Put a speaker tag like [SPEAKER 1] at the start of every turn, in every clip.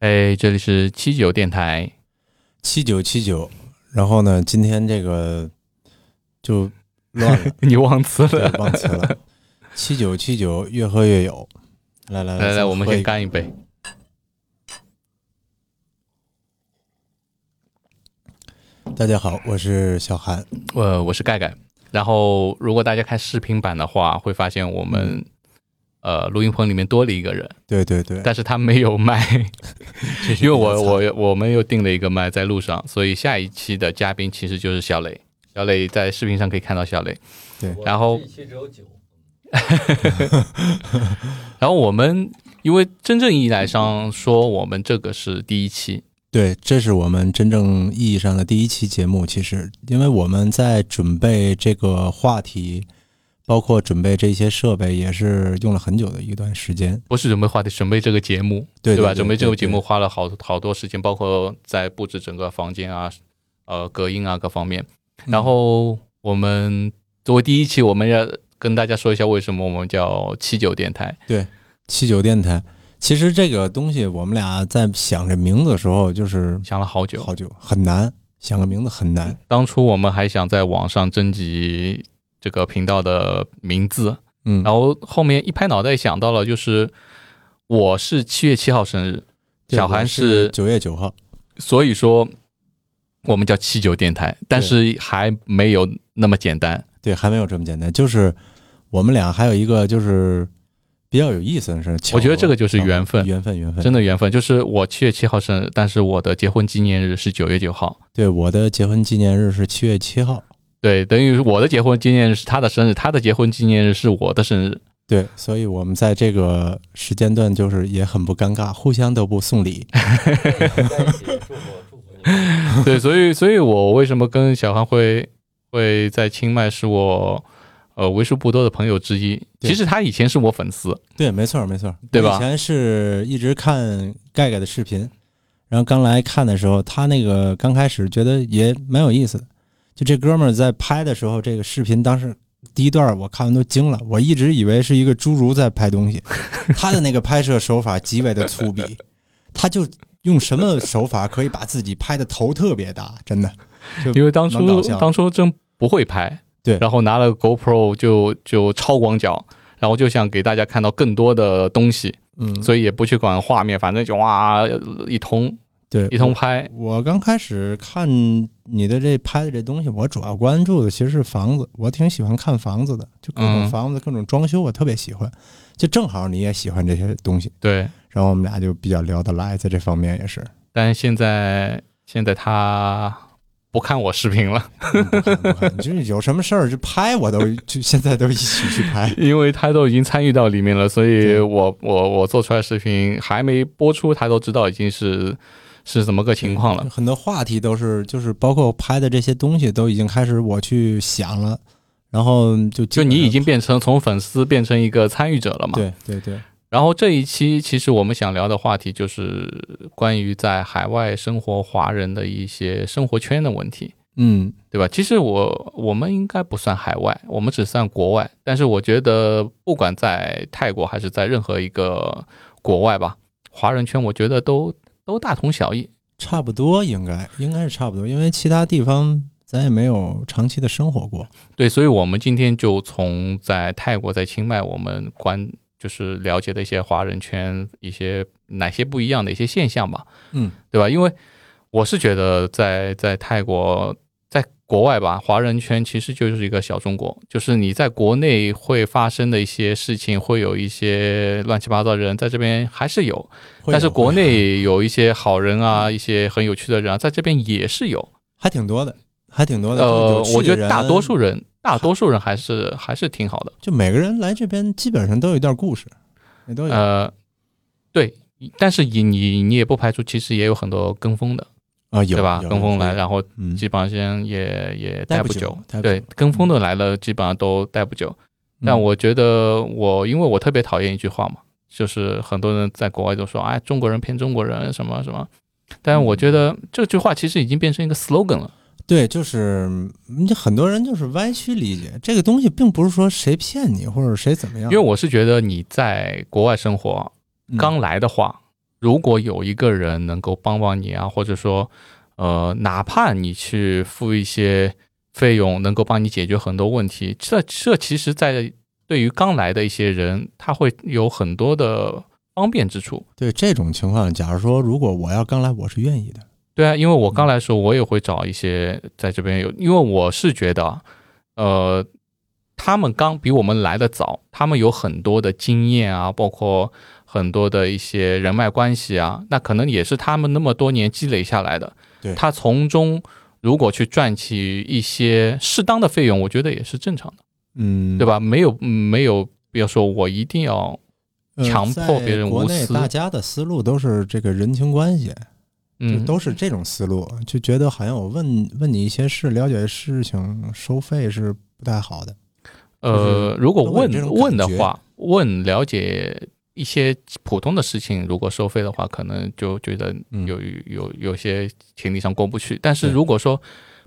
[SPEAKER 1] 哎，这里是七九电台，
[SPEAKER 2] 七九七九，然后呢，今天这个就乱 了，
[SPEAKER 1] 你忘词
[SPEAKER 2] 对
[SPEAKER 1] 了。
[SPEAKER 2] 忘词了。七九七九，越喝越有。来 来
[SPEAKER 1] 来来，
[SPEAKER 2] 咱
[SPEAKER 1] 我们
[SPEAKER 2] 喝一
[SPEAKER 1] 先
[SPEAKER 2] 个
[SPEAKER 1] 干一杯。
[SPEAKER 2] 大家好，我是小韩。
[SPEAKER 1] 呃，我是盖盖。然后，如果大家看视频版的话，会发现我们、呃录音棚里面多了一个人，
[SPEAKER 2] 对对对，
[SPEAKER 1] 但是他没有麦，
[SPEAKER 2] 这是
[SPEAKER 1] 因为
[SPEAKER 2] 比
[SPEAKER 1] 我
[SPEAKER 2] 较惨
[SPEAKER 1] 我我们又订了一个麦在路上，所以下一期的嘉宾其实就是小磊。小磊在视频上可以看到小磊。
[SPEAKER 2] 对
[SPEAKER 1] 然后
[SPEAKER 3] 这一期只有九，
[SPEAKER 1] 然后我们因为真正意义来上说，我们这个是第一期，
[SPEAKER 2] 对，这是我们真正意义上的第一期节目。其实，因为我们在准备这个话题，包括准备这些设备，也是用了很久的一段时间。
[SPEAKER 1] 不是准备话题，准备这个节目。
[SPEAKER 2] 对
[SPEAKER 1] 吧？
[SPEAKER 2] 对
[SPEAKER 1] 准备这个
[SPEAKER 2] 对
[SPEAKER 1] 节目花了好好多时间，包括在布置整个房间啊，呃，隔音啊各方
[SPEAKER 2] 嗯
[SPEAKER 1] 面。然后我们作为第一期，我们要跟大家说一下为什么我们叫七九电台。
[SPEAKER 2] 七九电台。其实这个东西，我们俩在想这名字的时候，就是
[SPEAKER 1] 想了好久，
[SPEAKER 2] 好久，很难想个名字很难。
[SPEAKER 1] 当初我们还想在网上征集这个频道的名字，
[SPEAKER 2] 嗯，
[SPEAKER 1] 然后后面一拍脑袋想到了，就是我是七月七号生日，
[SPEAKER 2] 对
[SPEAKER 1] 小韩
[SPEAKER 2] 我
[SPEAKER 1] 是
[SPEAKER 2] 是九月九号，
[SPEAKER 1] 所以说我们叫七九电台，但是还没有那么简单。
[SPEAKER 2] 对，还没有这么简单。就是我们俩还有一个就是比较有意思的是，巧合
[SPEAKER 1] 我觉得这个就是缘分
[SPEAKER 2] 缘分，缘分。
[SPEAKER 1] 真的缘分，就是我七月七号生日，但是我的结婚纪念日是九月九号。
[SPEAKER 2] 对，我的结婚纪念日是七月七号，
[SPEAKER 1] 对，等于我的结婚纪念日是他的生日，他的结婚纪念日是我的生日。
[SPEAKER 2] 对，所以我们在这个时间段就是也很不尴尬，互相都不送礼。
[SPEAKER 3] 在一起祝福祝福你们。
[SPEAKER 1] 对，所以，所以我为什么跟小韩会会在清迈是我呃为数不多的朋友之一。
[SPEAKER 2] 对
[SPEAKER 1] 其实他以前是我粉丝，
[SPEAKER 2] 对，没错，没错，
[SPEAKER 1] 对
[SPEAKER 2] 我
[SPEAKER 1] 吧
[SPEAKER 2] 以前是一直看盖盖的视频，然后刚来看的时候，他那个刚开始觉得也蛮有意思的。就这哥们儿在拍的时候，这个视频当时第一段儿我看完都惊了，我一直以为是一个侏儒在拍 东西，他的那个拍摄手法极为的粗鄙，他就用什么手法可以把自己拍的头特别大，真的。就
[SPEAKER 1] 因为当
[SPEAKER 2] 蛮
[SPEAKER 1] 初
[SPEAKER 2] 搞笑的
[SPEAKER 1] 当初真不会拍，
[SPEAKER 2] 对
[SPEAKER 1] 然后拿了 GoPro 就就超广角，然后就想给大家看到更多的东西，
[SPEAKER 2] 嗯，
[SPEAKER 1] 所以也不去管画面，反正就哇一通
[SPEAKER 2] 对，
[SPEAKER 1] 一通拍。
[SPEAKER 2] 我刚开始看你的这拍的这东西，我主要关注的其实是房子，我挺喜欢看房子的，就各
[SPEAKER 1] 嗯
[SPEAKER 2] 种房子、各种装修，我特别喜欢。就正好你也喜欢这些东西，
[SPEAKER 1] 对，
[SPEAKER 2] 然后我们俩就比较聊得来，在这方面也 是。
[SPEAKER 1] 但现在现在他不看我视频 了，
[SPEAKER 2] 嗯不看不看就是有什么事儿就拍，我都就现在都一起去拍。
[SPEAKER 1] 因为他都已经参与到里面了，所以
[SPEAKER 2] 对
[SPEAKER 1] 我我我做出来视频还没播出，他都知道已经是是怎么个情况了。
[SPEAKER 2] 很多话题都是，就是包括拍的这些东西，都已经开始我去想了，然后就
[SPEAKER 1] 就你已经变成从粉丝变成一个参与者了嘛？。
[SPEAKER 2] 对对对，
[SPEAKER 1] 然后这一期其实我们想聊的话题就是关于在海外生活华人的一些生活圈的问题。
[SPEAKER 2] 嗯，
[SPEAKER 1] 对吧？其实我我们应该不算海外，我们只算国外。但是我觉得，不管在泰国还是在任何一个国外吧，华人圈我觉得都都大同小异。
[SPEAKER 2] 差不多应该应该是差不多，因为其他地方咱也没有长期的生活过。
[SPEAKER 1] 对，所以我们今天就从在泰国、在清迈，我们观就是了解的一些华人圈一些哪些不一样的一些现象吧，
[SPEAKER 2] 嗯，
[SPEAKER 1] 对吧？因为我是觉得在在泰国。在国外吧，华人圈其实就是一个小中国，就是你在国内会发生的一些事情，会有一些乱七八糟的人，在这边还是有，
[SPEAKER 2] 会
[SPEAKER 1] 但是
[SPEAKER 2] 有
[SPEAKER 1] 国内有一些好人啊，一些很有趣的人啊，在这边也是有。
[SPEAKER 2] 还挺多的，还挺多的。
[SPEAKER 1] 呃
[SPEAKER 2] 有趣，的
[SPEAKER 1] 我觉得大
[SPEAKER 2] 人
[SPEAKER 1] 多数人，大多数人还是还是挺好的。
[SPEAKER 2] 就每个人来这边基本上都有一段故事，也都有。
[SPEAKER 1] 呃，对，但是你你你也不排除，其实也有很多跟风的，
[SPEAKER 2] 啊，有
[SPEAKER 1] 对吧？
[SPEAKER 2] 有
[SPEAKER 1] 跟风来，
[SPEAKER 2] 有
[SPEAKER 1] 然后
[SPEAKER 2] 嗯，
[SPEAKER 1] 基本上也也
[SPEAKER 2] 待
[SPEAKER 1] 待
[SPEAKER 2] 不
[SPEAKER 1] 不
[SPEAKER 2] 久
[SPEAKER 1] 久。
[SPEAKER 2] 待不
[SPEAKER 1] 对
[SPEAKER 2] 久，
[SPEAKER 1] 跟风的来了，基本上都待不久。但
[SPEAKER 2] 嗯
[SPEAKER 1] 我觉得我，因为我特别讨厌一句话嘛，就是很多人在国外都说，哎，中国人骗中国人什么什么。但我觉
[SPEAKER 2] 嗯
[SPEAKER 1] 得这句话其实已经变成一个 slogan 了。
[SPEAKER 2] 对，就是嗯就很多人就是歪曲理解这个东西，并不是说谁骗你或者谁怎么样，
[SPEAKER 1] 因为我是觉得你在国外生活
[SPEAKER 2] 嗯
[SPEAKER 1] 刚来的话，如果有一个人能够帮帮你啊，或者说，呃，哪怕你去付一些费用，能够帮你解决很多问题，这这其实，在对于刚来的一些人，他会有很多的方便之处。
[SPEAKER 2] 对这种情况，假如说如果我要刚来，我是愿意的。
[SPEAKER 1] 对啊，因为我
[SPEAKER 2] 嗯
[SPEAKER 1] 刚来的时候，我也会找一些在这边有，因为我是觉得啊，呃，他们刚比我们来的早，他们有很多的经验啊，包括很多的一些人脉关系啊，那可能也是他们那么多年积累下来的。
[SPEAKER 2] 对
[SPEAKER 1] 他从中如果去赚取一些适当的费用，我觉得也是正常的，
[SPEAKER 2] 嗯，
[SPEAKER 1] 对吧？没有嗯没有必要说我一定要，
[SPEAKER 2] 呃？
[SPEAKER 1] 强迫别人
[SPEAKER 2] 在国
[SPEAKER 1] 无
[SPEAKER 2] 内
[SPEAKER 1] 私
[SPEAKER 2] 大家的思路都是这个人情关系，就
[SPEAKER 1] 嗯，
[SPEAKER 2] 都是这种思路，就觉得好像我问问你一些事，了解事情，收费是不太好的。
[SPEAKER 1] 呃，如果
[SPEAKER 2] 都会有
[SPEAKER 1] 问
[SPEAKER 2] 这种
[SPEAKER 1] 问的
[SPEAKER 2] 感觉
[SPEAKER 1] 话，问了解一些普通的事情，如果收费的话，可能就觉得
[SPEAKER 2] 嗯
[SPEAKER 1] 有有有些情理上过不去。但是
[SPEAKER 2] 对
[SPEAKER 1] 如果说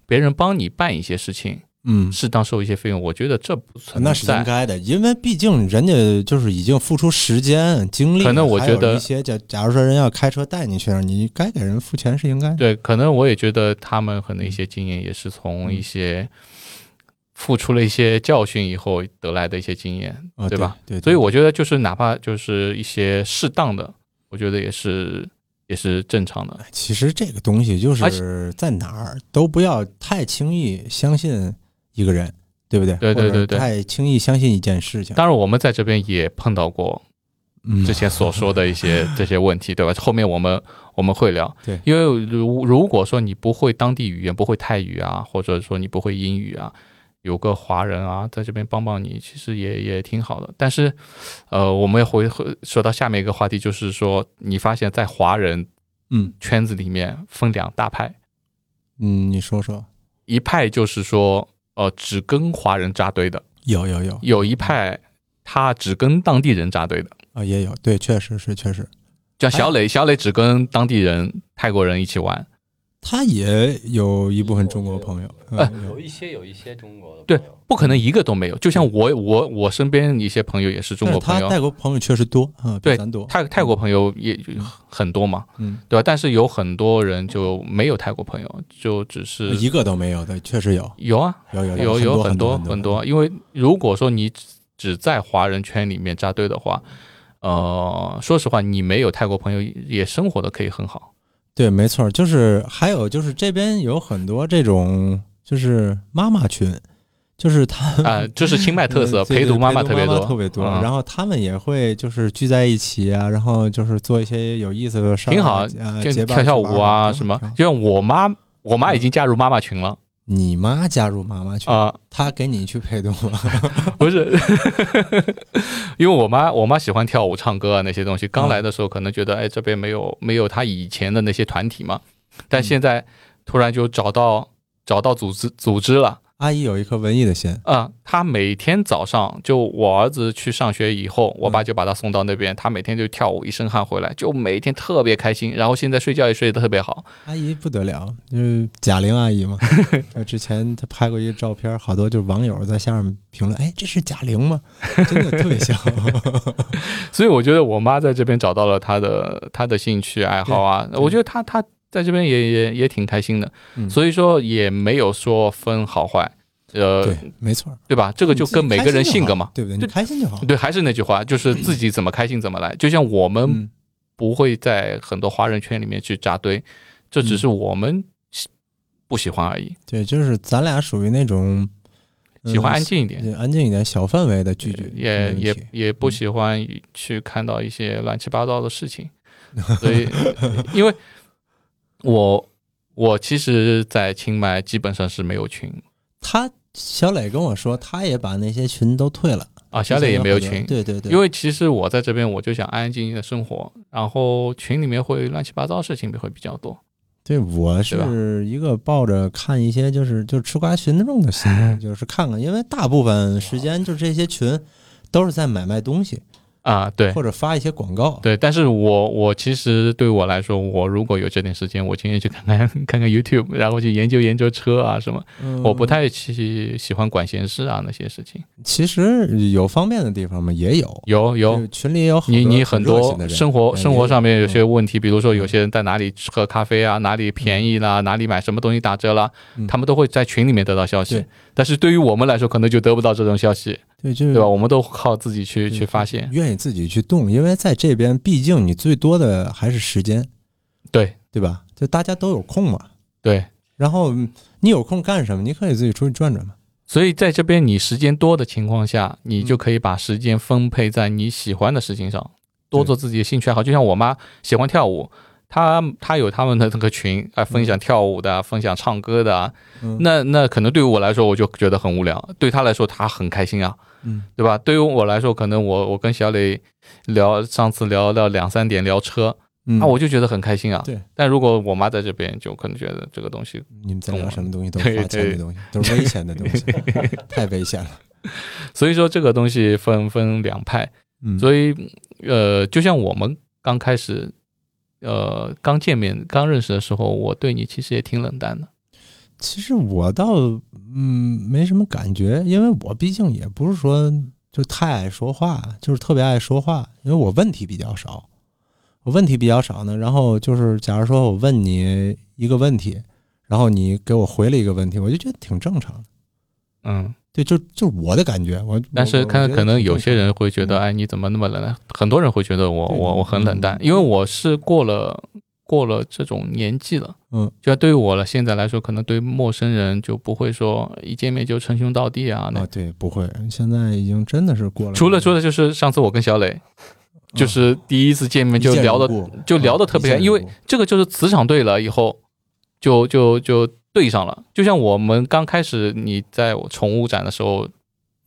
[SPEAKER 1] 别人帮你办一些事情，
[SPEAKER 2] 嗯，
[SPEAKER 1] 适当收一些费用，我觉得这不存
[SPEAKER 2] 那是应
[SPEAKER 1] 在。
[SPEAKER 2] 该的，因为毕竟人家就是已经付出时间、精力，
[SPEAKER 1] 可能我
[SPEAKER 2] 还有
[SPEAKER 1] 觉得
[SPEAKER 2] 一些假假如说人要开车带你去，你该给人付钱是应该的。
[SPEAKER 1] 对，可能我也觉得他们可能一些经验也是从
[SPEAKER 2] 嗯
[SPEAKER 1] 一些付出了一些教训以后得来的一些经验。
[SPEAKER 2] 啊
[SPEAKER 1] 对吧？
[SPEAKER 2] 对，对
[SPEAKER 1] 所以我觉得就是哪怕就是一些适当的，我觉得也是也是正常的。
[SPEAKER 2] 其实这个东西就
[SPEAKER 1] 而
[SPEAKER 2] 是在哪儿都不要太轻易相信一个人，对不对？
[SPEAKER 1] 对对
[SPEAKER 2] 或者
[SPEAKER 1] 对对
[SPEAKER 2] 太轻易相信一件事情。
[SPEAKER 1] 当然，我们在这边也碰到过
[SPEAKER 2] 嗯，
[SPEAKER 1] 之前所说的一 些这些问题，对吧？后面我们我们会聊。
[SPEAKER 2] 对
[SPEAKER 1] 因为如如果说你不会当地语言，不会泰语啊，或者说你不会英语啊，有个华人啊在这边帮帮你，其实也也挺好的。但是，呃，我们也回回说到下面一个话题，就是说你发现，在华人
[SPEAKER 2] 嗯
[SPEAKER 1] 圈子里面分两大派，
[SPEAKER 2] 嗯，你说说，
[SPEAKER 1] 一派就是说，呃，只跟华人扎堆的；
[SPEAKER 2] 有有有
[SPEAKER 1] 有一派他只跟当地人扎堆的。
[SPEAKER 2] 啊，也有，对，确实是确实，
[SPEAKER 1] 就像小磊，小磊只跟当地人、泰国人一起玩。
[SPEAKER 2] 他也有一部分中国朋友，
[SPEAKER 1] 哎
[SPEAKER 2] 嗯
[SPEAKER 3] 有
[SPEAKER 2] 有
[SPEAKER 3] 一些有一些中
[SPEAKER 2] 哦
[SPEAKER 3] 国的
[SPEAKER 1] 对
[SPEAKER 3] 朋友，
[SPEAKER 1] 不可能一个都没有。就像我，我，我身边一些朋友也是中国
[SPEAKER 2] 嗯但是
[SPEAKER 1] 朋
[SPEAKER 2] 他
[SPEAKER 1] 友，
[SPEAKER 2] 泰国朋友确实多啊，比
[SPEAKER 1] 对
[SPEAKER 2] 咱多，
[SPEAKER 1] 泰泰国朋友也很多嘛，
[SPEAKER 2] 嗯，
[SPEAKER 1] 对吧？但是有很多人就没有泰国朋友，就只是
[SPEAKER 2] 哦一个都没有的，确实有
[SPEAKER 1] 有啊，
[SPEAKER 2] 有有
[SPEAKER 1] 呃有
[SPEAKER 2] 有
[SPEAKER 1] 有很
[SPEAKER 2] 多
[SPEAKER 1] 很
[SPEAKER 2] 多
[SPEAKER 1] 多。，啊因为如果说你只只在华人圈里面扎堆的话，呃，说实话，你没有泰国朋友也生活的可以很好。
[SPEAKER 2] 对，没错，就是还有就是这边有很多这种就是妈妈群，就是他们
[SPEAKER 1] 啊，这是清迈特色，
[SPEAKER 2] 嗯对
[SPEAKER 1] 陪
[SPEAKER 2] 对
[SPEAKER 1] 读妈妈
[SPEAKER 2] 陪
[SPEAKER 1] 特
[SPEAKER 2] 读
[SPEAKER 1] 别
[SPEAKER 2] 妈
[SPEAKER 1] 多，
[SPEAKER 2] 妈特别多。
[SPEAKER 1] 嗯
[SPEAKER 2] 然后他们也会就是聚在一起啊，然后就是做一些有意思的事儿啊，
[SPEAKER 1] 挺好
[SPEAKER 2] 啊，
[SPEAKER 1] 就
[SPEAKER 2] 结
[SPEAKER 1] 跳
[SPEAKER 2] 伴
[SPEAKER 1] 跳
[SPEAKER 2] 去
[SPEAKER 1] 舞
[SPEAKER 2] 玩儿
[SPEAKER 1] 啊
[SPEAKER 2] 挺好
[SPEAKER 1] 什么
[SPEAKER 2] 挺好。
[SPEAKER 1] 就像我妈，我妈已经加入妈妈群了
[SPEAKER 2] 你妈加入妈妈群，
[SPEAKER 1] 啊、
[SPEAKER 2] 她给你去陪读吗？
[SPEAKER 1] 不是， 因为我妈我妈喜欢跳舞、唱歌啊那些东西。
[SPEAKER 2] 嗯
[SPEAKER 1] 刚来的时候可能觉得，哎，这边没有没有她以前的那些团体嘛，
[SPEAKER 2] 嗯
[SPEAKER 1] 但现在突然就找到找到组织组织了。
[SPEAKER 2] 阿姨有一颗文艺的心，
[SPEAKER 1] 啊、她每天早上就我儿子去上学以后，我爸
[SPEAKER 2] 嗯
[SPEAKER 1] 就把他送到那边，他每天就跳舞，一身汗回来，就每天特别开心。然后现在睡觉也睡得特别好，
[SPEAKER 2] 阿姨不得了，就是贾玲 阿姨嘛。就之前她拍过一个照片，好多就是网友在下面评论，哎，这是贾玲吗？真的特别像。
[SPEAKER 1] 所以我觉得我妈在这边找到了她的她的兴趣爱好啊，
[SPEAKER 2] 对
[SPEAKER 1] 我觉得她她在这边也也也挺开心的，
[SPEAKER 2] 嗯
[SPEAKER 1] 所以说也没有说分好坏， 呃，
[SPEAKER 2] 对，没错，
[SPEAKER 1] 对吧？这
[SPEAKER 2] 这
[SPEAKER 1] 个就跟每个人性格嘛，
[SPEAKER 2] 对不对？
[SPEAKER 1] 就
[SPEAKER 2] 你开心就好。
[SPEAKER 1] 对，还是那句话，就是自己怎么开心怎么来。就像我们
[SPEAKER 2] 嗯，
[SPEAKER 1] 不会在很多华人圈里面去扎堆，这
[SPEAKER 2] 嗯
[SPEAKER 1] 只是我们喜不喜欢而已，
[SPEAKER 2] 对，就是咱俩属于那种嗯
[SPEAKER 1] 喜欢安静一点。
[SPEAKER 2] 对安静一点，小范围的聚聚
[SPEAKER 1] 呃也
[SPEAKER 2] 没问嗯
[SPEAKER 1] 也
[SPEAKER 2] 题
[SPEAKER 1] 也不喜欢去看到一些乱七八糟的事 情，所以因为我我其实，在清迈基本上是没有群
[SPEAKER 2] 他小磊跟我说，他也把那些群都退了，
[SPEAKER 1] 啊，小磊也没有群，
[SPEAKER 2] 对对对，
[SPEAKER 1] 因为其实我在这边我就想安安静静的生活，然后群里面会乱七八糟的事情会比较多，
[SPEAKER 2] 对我
[SPEAKER 1] 对吧
[SPEAKER 2] 是一个抱着看一些就是就吃瓜群众 的
[SPEAKER 1] 哦
[SPEAKER 2] 心态，就是看看，因为大部分时间就这些群都是在买卖东西，
[SPEAKER 1] 啊，对
[SPEAKER 2] 或者发一些广告。
[SPEAKER 1] 对，但是我我其实对我来说，我如果有这点时间，我今天去看看看看 YouTube，然后去研究研究车啊什么，
[SPEAKER 2] 嗯
[SPEAKER 1] 我不太喜喜欢管闲事啊那些事情。
[SPEAKER 2] 其实有方便的地方嘛，也有
[SPEAKER 1] 有有
[SPEAKER 2] 就，群里也有好多
[SPEAKER 1] 你你很
[SPEAKER 2] 很热心
[SPEAKER 1] 多
[SPEAKER 2] 的人
[SPEAKER 1] 生活
[SPEAKER 2] 嗯
[SPEAKER 1] 生活上面有
[SPEAKER 2] 嗯
[SPEAKER 1] 些问题，比如说有些人在哪里喝咖啡啊，哪里便宜啦，哪里买什么东西打折啦
[SPEAKER 2] 嗯，
[SPEAKER 1] 他们都会在群里面得到消息
[SPEAKER 2] 对。
[SPEAKER 1] 但是对于我们来说，可能就得不到这种消息，
[SPEAKER 2] 对，就是
[SPEAKER 1] 对吧？我们都靠自己去去发现。
[SPEAKER 2] 愿意自己去动，因为在这边，毕竟你最多的还是时间，
[SPEAKER 1] 对
[SPEAKER 2] 对吧？就大家都有空嘛，
[SPEAKER 1] 对，
[SPEAKER 2] 然后嗯你有空干什么？你可以自己出去转转嘛。
[SPEAKER 1] 所以在这边你时间多的情况下，你
[SPEAKER 2] 嗯
[SPEAKER 1] 就可以把时间分配在你喜欢的事情上，多做自己的兴趣爱好。就像我妈喜欢跳舞。她她有他们的那个群啊，分享跳舞的，分享唱歌的啊，
[SPEAKER 2] 嗯，
[SPEAKER 1] 那那可能对于我来说，我就觉得很无聊；对他来说，他很开心啊，
[SPEAKER 2] 嗯
[SPEAKER 1] 对吧？对于我来说，可能我我跟小磊聊上次聊到两三点聊车，
[SPEAKER 2] 嗯，
[SPEAKER 1] 啊，我就觉得很开心啊。
[SPEAKER 2] 对，
[SPEAKER 1] 但如果我妈在这边，就可能觉得这个东西，
[SPEAKER 2] 你们在聊
[SPEAKER 1] 懂
[SPEAKER 2] 什么东西都是
[SPEAKER 1] 对
[SPEAKER 2] 花钱的
[SPEAKER 1] 对
[SPEAKER 2] 东西，都是危险的 东西，太危险了。
[SPEAKER 1] 所以说这个东西分分两派。
[SPEAKER 2] 嗯，以
[SPEAKER 1] 所以呃，就像我们刚开始。呃，刚见面、刚认识的时候，我对你其实也挺冷淡的。
[SPEAKER 2] 其实我倒嗯没什么感觉，因为我毕竟也不是说就太爱说话，就是特别爱说话，因为我问题比较少，我问题比较少呢。然后就是假如说我问你一个问题，然后你给我回了一个问题，我就觉得挺正常的。
[SPEAKER 1] 嗯，
[SPEAKER 2] 对，就就我的感觉，我
[SPEAKER 1] 但是看可能有些人会觉得，
[SPEAKER 2] 嗯
[SPEAKER 1] 哎，你怎么那么冷淡？很多人会觉得我
[SPEAKER 2] 对
[SPEAKER 1] 我我很冷淡
[SPEAKER 2] 嗯，
[SPEAKER 1] 因为我是过了过了这种年纪了。
[SPEAKER 2] 嗯，
[SPEAKER 1] 就像对于我了，现在来说，可能对陌生人就不会说一见面就称兄道弟啊。那
[SPEAKER 2] 啊，对，不会，现在已经真的是过了。
[SPEAKER 1] 除了除了就是上次我跟小
[SPEAKER 2] 嗯
[SPEAKER 1] 磊，就是第一次见啊面就聊的
[SPEAKER 2] 的
[SPEAKER 1] 就聊得特别开因为这个就是磁场对了以后，就就就对上了。就像我们刚开始你在宠物展的时候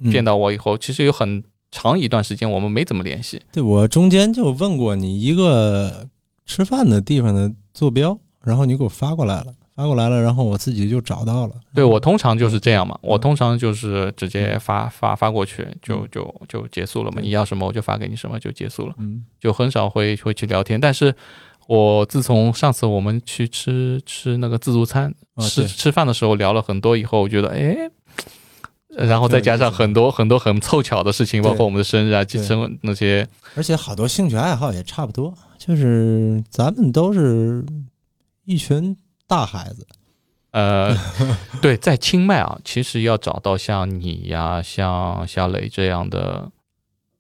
[SPEAKER 2] 嗯
[SPEAKER 1] 见到我以后，其实有很长一段时间我们没怎么联系。
[SPEAKER 2] 对我中间就问过你一个吃饭的地方的坐标，然后你给我发过来了，发过来了，然后我自己就找到了。
[SPEAKER 1] 对我通常就是这样嘛，
[SPEAKER 2] 嗯
[SPEAKER 1] 我通常就是直接发发发过去，就就就结束了嘛。
[SPEAKER 2] 对
[SPEAKER 1] 你要什么我就发给你什么，就结束了，
[SPEAKER 2] 嗯，
[SPEAKER 1] 就很少会会去聊天。但是我自从上次我们去吃吃那个自助餐，
[SPEAKER 2] 啊
[SPEAKER 1] 吃
[SPEAKER 2] 对
[SPEAKER 1] 吃饭的时候聊了很多以后，我觉得哎。然后再加上很多很多很凑巧的事情，
[SPEAKER 2] 对
[SPEAKER 1] 包括我们的生日啊、
[SPEAKER 2] 对
[SPEAKER 1] 生那些，
[SPEAKER 2] 而且好多兴趣爱好也差不多，就是咱们都是一群大孩子。
[SPEAKER 1] 呃，对，在清迈啊，其实要找到像你呀、像小磊这样的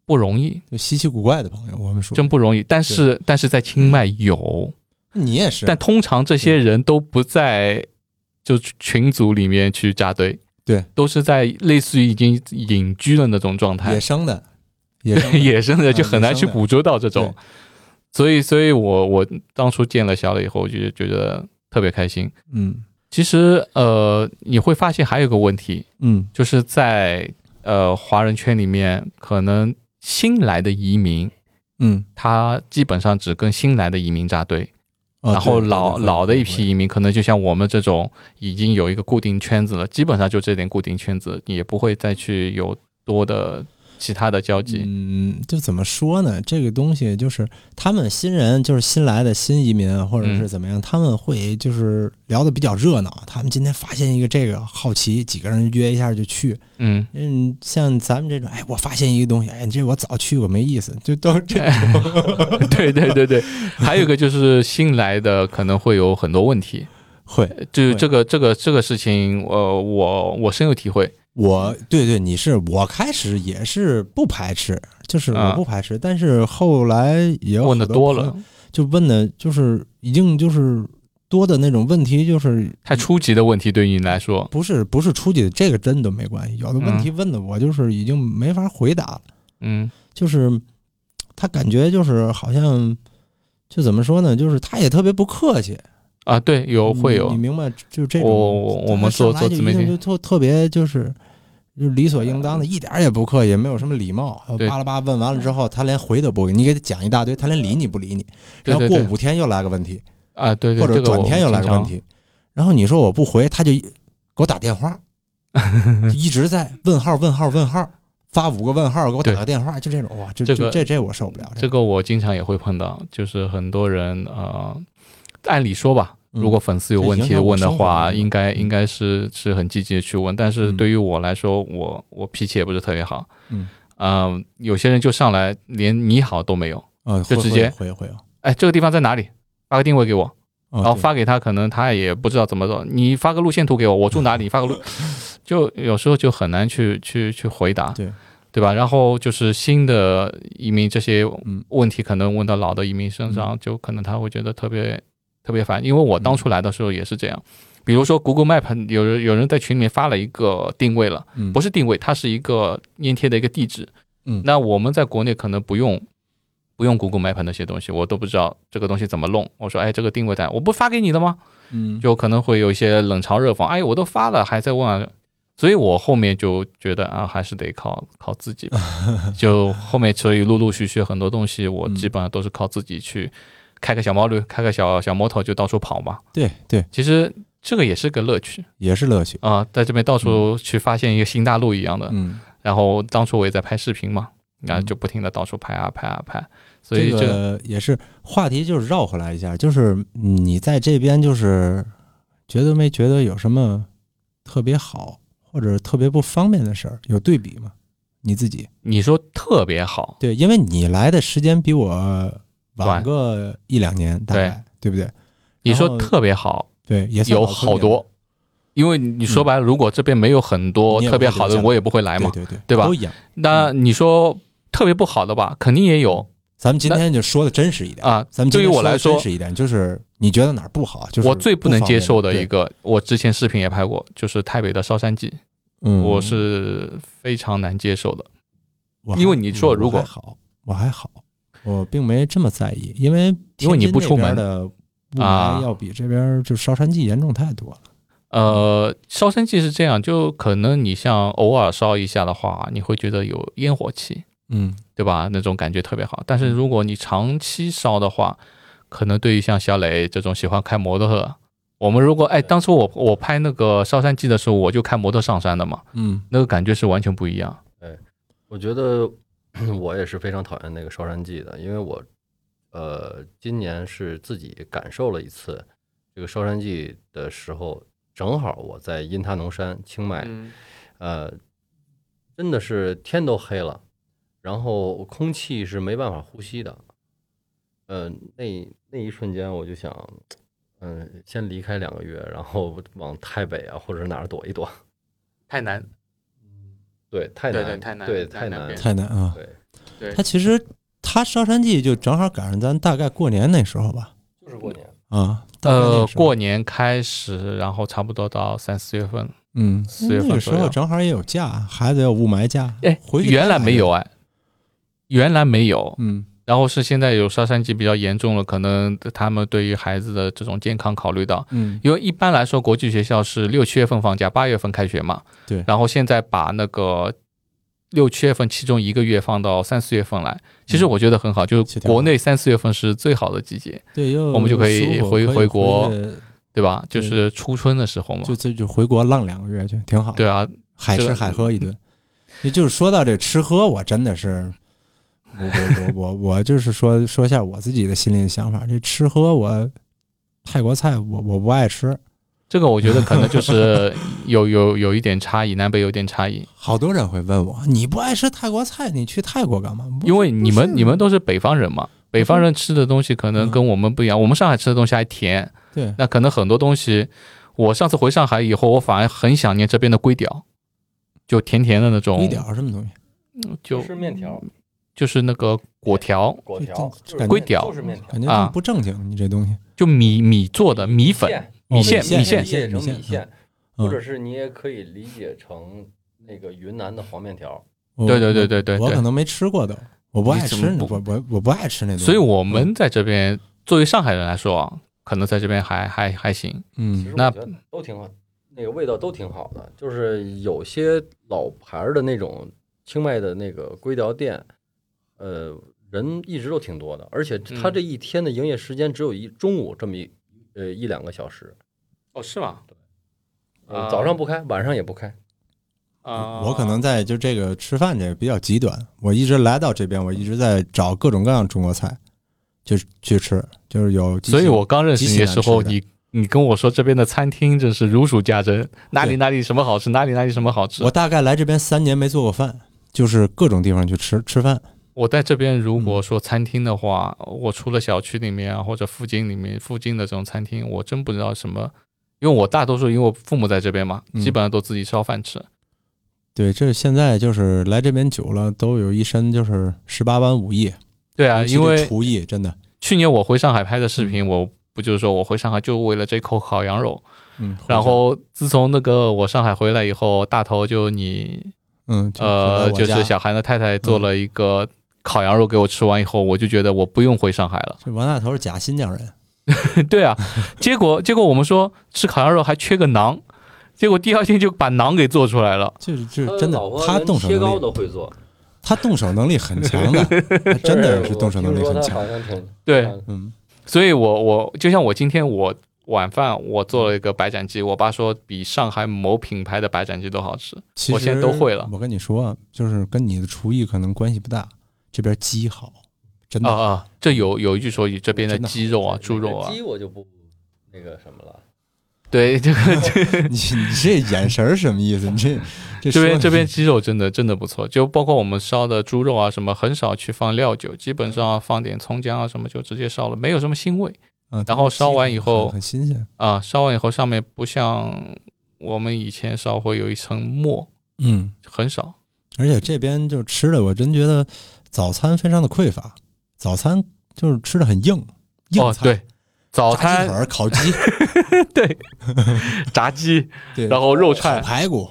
[SPEAKER 1] 不容易，
[SPEAKER 2] 就稀奇古怪的朋友，我们说，
[SPEAKER 1] 真不容易。但是但是在清
[SPEAKER 2] 嗯
[SPEAKER 1] 迈有，
[SPEAKER 2] 你也是，
[SPEAKER 1] 但通常这
[SPEAKER 2] 嗯
[SPEAKER 1] 些人都不在就群组里面去扎堆，
[SPEAKER 2] 对，
[SPEAKER 1] 都是在类似于已经隐居的那种状态
[SPEAKER 2] 野，生的，野生
[SPEAKER 1] 对，
[SPEAKER 2] 的
[SPEAKER 1] 野生的就
[SPEAKER 2] 嗯
[SPEAKER 1] 很难
[SPEAKER 2] 野
[SPEAKER 1] 去
[SPEAKER 2] 生的
[SPEAKER 1] 捕捉到这种。所以，所以我我当初见了小磊以后，我就觉得特别开心。
[SPEAKER 2] 嗯
[SPEAKER 1] 其实，呃，你会发现还有个问题，
[SPEAKER 2] 嗯
[SPEAKER 1] 就是在呃华人圈里面，可能新来的移民，
[SPEAKER 2] 嗯，
[SPEAKER 1] 他基本上只跟新来的移民扎堆，
[SPEAKER 2] 哦
[SPEAKER 1] 然后
[SPEAKER 2] 对
[SPEAKER 1] 老
[SPEAKER 2] 对对
[SPEAKER 1] 老的一
[SPEAKER 2] 对
[SPEAKER 1] 批移民，可能就像我们这种已经有一个固定圈子了，基本上就这点固定圈子，也不会再去有多的其他的交集。
[SPEAKER 2] 嗯，就怎么说呢？这个东西就是他们新人，就是新来的新移民，或者是
[SPEAKER 1] 嗯
[SPEAKER 2] 怎么样，他们会就是聊得比较热闹。他们今天发现一个这个，好奇，几个人约一下就去。
[SPEAKER 1] 嗯，
[SPEAKER 2] 嗯，像咱们这种，哎，我发现一个东西，哎，这我早去过，没意思，就都是这 种。
[SPEAKER 1] 嗯对对对对，还有一个就是新来的可能会有很多问题，
[SPEAKER 2] 会，
[SPEAKER 1] 就是
[SPEAKER 2] 对
[SPEAKER 1] 这个这个这个事情，呃，我我深有体会。
[SPEAKER 2] 我对对，你是我开始也是不排斥，就是我
[SPEAKER 1] 啊
[SPEAKER 2] 不排斥，但是后来也有
[SPEAKER 1] 问的
[SPEAKER 2] 好
[SPEAKER 1] 多
[SPEAKER 2] 朋友
[SPEAKER 1] 了，
[SPEAKER 2] 就问的就是已经就是多的那种问题，就是
[SPEAKER 1] 太初级的问题对于你来说，
[SPEAKER 2] 不是不是出去，这个真的没关系。有的问题问的我就是已经没法回答了，
[SPEAKER 1] 嗯
[SPEAKER 2] 就是他感觉就是好像就怎么说呢，就是他也特别不客气，
[SPEAKER 1] 啊，对，有会
[SPEAKER 2] 你你
[SPEAKER 1] 有，
[SPEAKER 2] 明白？就这种
[SPEAKER 1] 我我我们做
[SPEAKER 2] 他上
[SPEAKER 1] 做
[SPEAKER 2] 来
[SPEAKER 1] 自媒
[SPEAKER 2] 就一定
[SPEAKER 1] 体
[SPEAKER 2] 就特特别就是。就是理所应当的，一点儿也不客气，也没有什么礼貌。
[SPEAKER 1] 对
[SPEAKER 2] 巴拉巴拉问完了之后，他连回都不回，你给他讲一大堆，他连理你不理你。然后
[SPEAKER 1] 对对
[SPEAKER 2] 过
[SPEAKER 1] 对
[SPEAKER 2] 五天又来个问题，
[SPEAKER 1] 啊，对对，
[SPEAKER 2] 或者
[SPEAKER 1] 这个
[SPEAKER 2] 转
[SPEAKER 1] 我
[SPEAKER 2] 天又来个
[SPEAKER 1] 经常
[SPEAKER 2] 问，题，然后你 说我不回，他就一给我打电话，就一直在问号问号问号，发五个问号，给我打
[SPEAKER 1] 对
[SPEAKER 2] 个电话，就这种哇，这
[SPEAKER 1] 这
[SPEAKER 2] 这
[SPEAKER 1] 个
[SPEAKER 2] 这这我受不了。
[SPEAKER 1] 这
[SPEAKER 2] 个
[SPEAKER 1] 个我经常也会碰到，就是很多人呃，按理说吧，如果粉丝有问题问的话，
[SPEAKER 2] 嗯
[SPEAKER 1] 应该应该是是很积极的去问。但是
[SPEAKER 2] 嗯
[SPEAKER 1] 对于我来说，我我脾气也不是特别好，
[SPEAKER 2] 嗯
[SPEAKER 1] 呃有些人就上来连你好都没有，
[SPEAKER 2] 啊，哦
[SPEAKER 1] 就
[SPEAKER 2] 会
[SPEAKER 1] 直接
[SPEAKER 2] 会会有，
[SPEAKER 1] 哎，这个地方在哪里？发个定位给我，
[SPEAKER 2] 然
[SPEAKER 1] 然后发给他，可能他也不知道怎么走。你发个路线图给我，我住哪里？你发个路， 就有时候就很难去去去回答，
[SPEAKER 2] 对
[SPEAKER 1] 对吧？然后就是新的移民这些
[SPEAKER 2] 嗯
[SPEAKER 1] 问题，可能问到老的移民身上，就可能他会觉得特别特别烦。因为我当初来的时候也是这样，
[SPEAKER 2] 嗯
[SPEAKER 1] 比如说 Google Map 有人有人在群里面发了一个定位了，
[SPEAKER 2] 嗯
[SPEAKER 1] 不是定位，它是一个粘贴的一个地址。
[SPEAKER 2] 嗯
[SPEAKER 1] 那我们在国内可能不用不用 Google Map 那些东西，我都不知道这个东西怎么弄。我说，哎，这个定位在哪，我不发给你的吗？
[SPEAKER 2] 嗯
[SPEAKER 1] 就可能会有一些冷嘲热讽，哎，我都发了还在问、啊，所以我后面就觉得啊，还是得靠靠自己 吧。就后面所以陆陆续续很多东西，我
[SPEAKER 2] 嗯
[SPEAKER 1] 基本上都是靠自己去开个小毛驴，开个小小摩托就到处跑嘛。
[SPEAKER 2] 对对，
[SPEAKER 1] 其实这个也是个乐趣
[SPEAKER 2] 也是乐趣。
[SPEAKER 1] 啊、在这边到处去发现一个新大陆一样的。
[SPEAKER 2] 嗯，
[SPEAKER 1] 然后当初我也在拍视频嘛，然后
[SPEAKER 2] 嗯
[SPEAKER 1] 就不停的到处拍啊拍啊拍，所以
[SPEAKER 2] 这
[SPEAKER 1] 这个
[SPEAKER 2] 个也是话题，就是绕回来一下，就是你在这边就是觉得没觉得有什么特别好或者特别不方便的事儿，有对比吗？你自己
[SPEAKER 1] 你说特别好，
[SPEAKER 2] 对，因为你来的时间比我晚
[SPEAKER 1] 晚
[SPEAKER 2] 个一两年，大概对不对？
[SPEAKER 1] 你
[SPEAKER 2] 然
[SPEAKER 1] 说
[SPEAKER 2] 后
[SPEAKER 1] 特别好，
[SPEAKER 2] 对，也算
[SPEAKER 1] 有
[SPEAKER 2] 老
[SPEAKER 1] 好
[SPEAKER 2] 村里了
[SPEAKER 1] 多，因为你说白了，如果这边没有很多
[SPEAKER 2] 嗯你也
[SPEAKER 1] 特别
[SPEAKER 2] 不会
[SPEAKER 1] 好的
[SPEAKER 2] 留，下来
[SPEAKER 1] 我也不会来嘛。
[SPEAKER 2] 对嗯对对，
[SPEAKER 1] 对吧
[SPEAKER 2] 都一样。
[SPEAKER 1] 那你说特别不好的吧，肯定也有
[SPEAKER 2] 咱们今天就说的真实一点，
[SPEAKER 1] 啊。
[SPEAKER 2] 咱们今
[SPEAKER 1] 对于
[SPEAKER 2] 天
[SPEAKER 1] 我来
[SPEAKER 2] 的真
[SPEAKER 1] 说，
[SPEAKER 2] 实一点，就是你觉得哪儿不好，就是
[SPEAKER 1] 我最不能
[SPEAKER 2] 方便
[SPEAKER 1] 接受的一
[SPEAKER 2] 对
[SPEAKER 1] 个，我之前视频也拍过，就是台北的烧山鸡，
[SPEAKER 2] 嗯，
[SPEAKER 1] 我是非常难接受的。
[SPEAKER 2] 我还
[SPEAKER 1] 因为你说
[SPEAKER 2] 我
[SPEAKER 1] 如果
[SPEAKER 2] 还好，我还好，我并没这么在意，因为
[SPEAKER 1] 因为你
[SPEAKER 2] 天津
[SPEAKER 1] 不出
[SPEAKER 2] 那边
[SPEAKER 1] 门
[SPEAKER 2] 的雾
[SPEAKER 1] 啊
[SPEAKER 2] 霾要比这边就烧山季严重太多了。
[SPEAKER 1] 呃，烧山鸡是这样，就可能你像偶尔烧一下的话，你会觉得有烟火气，
[SPEAKER 2] 嗯，
[SPEAKER 1] 对吧？那种感觉特别好。但是如果你长期烧的话，可能对于像小磊这种喜欢开摩托的，我们如果哎，当初我我拍那个烧山记的时候，我就开摩托上山的嘛，
[SPEAKER 2] 嗯
[SPEAKER 1] 那个感觉是完全不一样。
[SPEAKER 3] 我觉得 我也是非常讨厌那个烧山季的，因为我呃今年是自己感受了一次这个烧山季的时候，正好我在因他农山清迈，
[SPEAKER 1] 嗯
[SPEAKER 3] 呃，真的是天都黑了，然后空气是没办法呼吸的。呃，那那一瞬间我就想，嗯、先离开两个月，然后往太北啊或者哪儿躲一躲。
[SPEAKER 1] 太难，
[SPEAKER 3] 对，太
[SPEAKER 1] 嗯对
[SPEAKER 3] 南，
[SPEAKER 1] 对太南
[SPEAKER 3] 对
[SPEAKER 1] 太
[SPEAKER 3] 太
[SPEAKER 1] 南
[SPEAKER 3] 南，
[SPEAKER 1] 边
[SPEAKER 2] 太难啊。
[SPEAKER 3] 对，
[SPEAKER 1] 对
[SPEAKER 2] 它其实它烧山季就正好赶上咱大概过年那时候吧。
[SPEAKER 3] 就是过年。
[SPEAKER 1] 嗯
[SPEAKER 2] 啊，大概那
[SPEAKER 1] 呃，
[SPEAKER 2] 时候
[SPEAKER 1] 过年开始，然后差不多到三四月份，
[SPEAKER 2] 嗯，
[SPEAKER 1] 四月份
[SPEAKER 2] 那个时
[SPEAKER 1] 左右
[SPEAKER 2] 候正好也有假，孩子有雾霾假，
[SPEAKER 1] 哎
[SPEAKER 2] 回，去
[SPEAKER 1] 原来
[SPEAKER 2] 看
[SPEAKER 1] 没有哎，原来没有，
[SPEAKER 2] 嗯，
[SPEAKER 1] 然后是现在有烧山记比较严重了，可能他们对于孩子的这种健康考虑到，
[SPEAKER 2] 嗯
[SPEAKER 1] 因为一般来说，国际学校是六七月份放假，八月份开学嘛。
[SPEAKER 2] 对
[SPEAKER 1] 然后现在把那个六七月份其中一个月放到三四月份来，其实
[SPEAKER 2] 嗯
[SPEAKER 1] 我觉得很好，就
[SPEAKER 2] 其
[SPEAKER 1] 是
[SPEAKER 2] 实挺好
[SPEAKER 1] 国内三四月份是最好的季节，
[SPEAKER 2] 对，又
[SPEAKER 1] 我们就可以
[SPEAKER 2] 舒服
[SPEAKER 1] 回
[SPEAKER 2] 可以
[SPEAKER 1] 回国
[SPEAKER 2] 去
[SPEAKER 1] 对吧？就
[SPEAKER 2] 对
[SPEAKER 1] 是初春的时候嘛。
[SPEAKER 2] 就就就回国浪两个月去，挺好。
[SPEAKER 1] 对啊，
[SPEAKER 2] 海
[SPEAKER 1] 这
[SPEAKER 2] 吃
[SPEAKER 1] 个
[SPEAKER 2] 海喝一顿。也就是说到这吃喝，我真的是，我我我我我就是说说一下我自己的心里的想法。这吃喝我泰国菜我我不爱吃，
[SPEAKER 1] 这个我觉得可能就是 有有有一点差异，南北有点差异，
[SPEAKER 2] 好多人会问我，你不爱吃泰国菜，你去泰国干嘛？不
[SPEAKER 1] 因为你
[SPEAKER 2] 不
[SPEAKER 1] 们
[SPEAKER 2] 是嗯
[SPEAKER 1] 你们都是北方人嘛，北方人吃的东西可能跟我们不一样，我们上海吃的东西还甜，
[SPEAKER 2] 对
[SPEAKER 1] 那可能很多东西，我上次回上海以后，我反而很想念这边的龟屌，就甜甜的那种，
[SPEAKER 2] 一点儿什么东西，
[SPEAKER 1] 就
[SPEAKER 3] 就是面条，
[SPEAKER 2] 嗯
[SPEAKER 1] 就是那个果条，
[SPEAKER 3] 果
[SPEAKER 2] 这
[SPEAKER 3] 条
[SPEAKER 2] 这，
[SPEAKER 3] 就是
[SPEAKER 2] 感觉
[SPEAKER 1] 龟屌
[SPEAKER 3] 就是面条，
[SPEAKER 2] 感觉
[SPEAKER 1] 啊
[SPEAKER 2] 这么不正经。你这东西，
[SPEAKER 1] 就米米做的米粉，
[SPEAKER 3] 线
[SPEAKER 2] 哦
[SPEAKER 1] 线
[SPEAKER 2] 米
[SPEAKER 1] 米线
[SPEAKER 2] 线
[SPEAKER 3] 线成
[SPEAKER 2] 米
[SPEAKER 3] 米
[SPEAKER 2] 线
[SPEAKER 3] 线，
[SPEAKER 2] 嗯
[SPEAKER 3] 或者是你也可以理解成那个云南的黄面条。
[SPEAKER 2] 我
[SPEAKER 1] 对对对对对
[SPEAKER 2] 我可
[SPEAKER 1] 对
[SPEAKER 2] 能没吃过都，我不
[SPEAKER 1] 你
[SPEAKER 2] 爱
[SPEAKER 1] 怎
[SPEAKER 2] 吃
[SPEAKER 1] 么
[SPEAKER 2] 那，
[SPEAKER 1] 不
[SPEAKER 2] 我我我不爱吃那东西。
[SPEAKER 1] 所以我们在这边作为上海人来说啊，可能在这边还还还行，
[SPEAKER 2] 嗯
[SPEAKER 3] 其实我
[SPEAKER 1] 那
[SPEAKER 3] 觉得都挺好，那个味道都挺好的。就是有些老牌儿的那种清迈的那个龟条店，呃，人一直都挺多的，而且它
[SPEAKER 1] 嗯
[SPEAKER 3] 这一天的营业时间只有一中午这么一呃一两个小时，
[SPEAKER 1] 哦是吗？
[SPEAKER 3] 呃
[SPEAKER 1] 啊
[SPEAKER 3] 早上不开，晚上也不开。
[SPEAKER 1] 啊，
[SPEAKER 2] 我可能在就这个吃饭这个比较极端，我一直来到这边，我一直在找各种各样中国菜，就是去吃，就是有极其。
[SPEAKER 1] 所以我刚认识你的时候，
[SPEAKER 2] 极其难
[SPEAKER 1] 你你跟我说这边的餐厅真是如数家珍，哪里
[SPEAKER 2] 对
[SPEAKER 1] 哪里什么好吃，哪里哪里什么好吃。
[SPEAKER 2] 我大概来这边三年没做过饭，就是各种地方去吃吃饭。
[SPEAKER 1] 我在这边如
[SPEAKER 2] 嗯
[SPEAKER 1] 果说餐厅的话，我除了小区里面啊或者附近里面附近的这种餐厅，我真不知道什么，因为我大多数因为我父母在这边嘛，
[SPEAKER 2] 嗯
[SPEAKER 1] 基本上都自己烧饭吃。
[SPEAKER 2] 对，这现在就是来这边久了，都有一身就是十八般武艺
[SPEAKER 1] 对啊，
[SPEAKER 2] 尤其
[SPEAKER 1] 因
[SPEAKER 2] 是
[SPEAKER 1] 为
[SPEAKER 2] 厨艺真的，
[SPEAKER 1] 去年我回上海拍的视频，我不就是说我回上海就为了这口烤羊肉。
[SPEAKER 2] 嗯，
[SPEAKER 1] 然后自从那个我上海回来以后，大头就你
[SPEAKER 2] 嗯，
[SPEAKER 1] 呃，
[SPEAKER 2] 就回
[SPEAKER 1] 就
[SPEAKER 2] 到我
[SPEAKER 1] 是
[SPEAKER 2] 家嗯
[SPEAKER 1] 小韩的太太做了一个烤羊肉给我吃完以后，我就觉得我不用回上海了。
[SPEAKER 2] 这王大头是假新疆人，
[SPEAKER 1] 对啊，结果 结果我们说吃烤羊肉还缺个馕，结果第二天就把馕给做出来了。
[SPEAKER 2] 就是就是
[SPEAKER 3] 他
[SPEAKER 2] 嗯真的
[SPEAKER 3] 老，婆
[SPEAKER 2] 他
[SPEAKER 3] 连
[SPEAKER 2] 动手
[SPEAKER 3] 切糕
[SPEAKER 2] 能力，
[SPEAKER 3] 都会做，
[SPEAKER 2] 他动手能力很强的， 他真的是
[SPEAKER 3] 我
[SPEAKER 2] 动手能
[SPEAKER 3] 听
[SPEAKER 2] 力
[SPEAKER 3] 说
[SPEAKER 2] 很
[SPEAKER 3] 他
[SPEAKER 2] 强
[SPEAKER 3] 好。像挺
[SPEAKER 1] 对，
[SPEAKER 2] 嗯，
[SPEAKER 1] 所以我我就像我今天我晚饭我做了一个白斩鸡，我爸说比上海某品牌的白斩鸡都好吃。
[SPEAKER 2] 其实
[SPEAKER 1] 我现在都会了
[SPEAKER 2] 我跟你说啊，就是跟你的厨艺可能关系不大，这边鸡好，真
[SPEAKER 1] 啊
[SPEAKER 2] 的。
[SPEAKER 1] 啊，这有有一句说语，这边的
[SPEAKER 2] 真的
[SPEAKER 1] 鸡肉啊、猪肉啊，
[SPEAKER 3] 鸡我就不那个什么了。
[SPEAKER 1] 对， 这个
[SPEAKER 2] 你你这眼神儿什么意思？你这
[SPEAKER 1] 这
[SPEAKER 2] 这说
[SPEAKER 1] 边
[SPEAKER 2] 你
[SPEAKER 1] 这边鸡肉真的真的不错，就包括我们烧的猪肉啊什么，很少去放料酒，基本上放点葱姜啊什么就直接烧了，没有什么腥味
[SPEAKER 2] 嗯，
[SPEAKER 1] 然后烧完以后
[SPEAKER 2] 很很新鲜，
[SPEAKER 1] 啊。烧完以后上面不像我们以前烧会有一层沫，
[SPEAKER 2] 嗯，
[SPEAKER 1] 很少。
[SPEAKER 2] 而且这边就吃的，我真觉得早餐非常的匮乏，早餐就是吃的很硬，硬
[SPEAKER 1] 哦，
[SPEAKER 2] 菜，
[SPEAKER 1] 对，早
[SPEAKER 2] 炸鸡腿
[SPEAKER 1] 餐
[SPEAKER 2] 儿、烤鸡，
[SPEAKER 1] 炸鸡，
[SPEAKER 2] 对，
[SPEAKER 1] 然后肉
[SPEAKER 2] 烤
[SPEAKER 1] 串，
[SPEAKER 2] 排骨，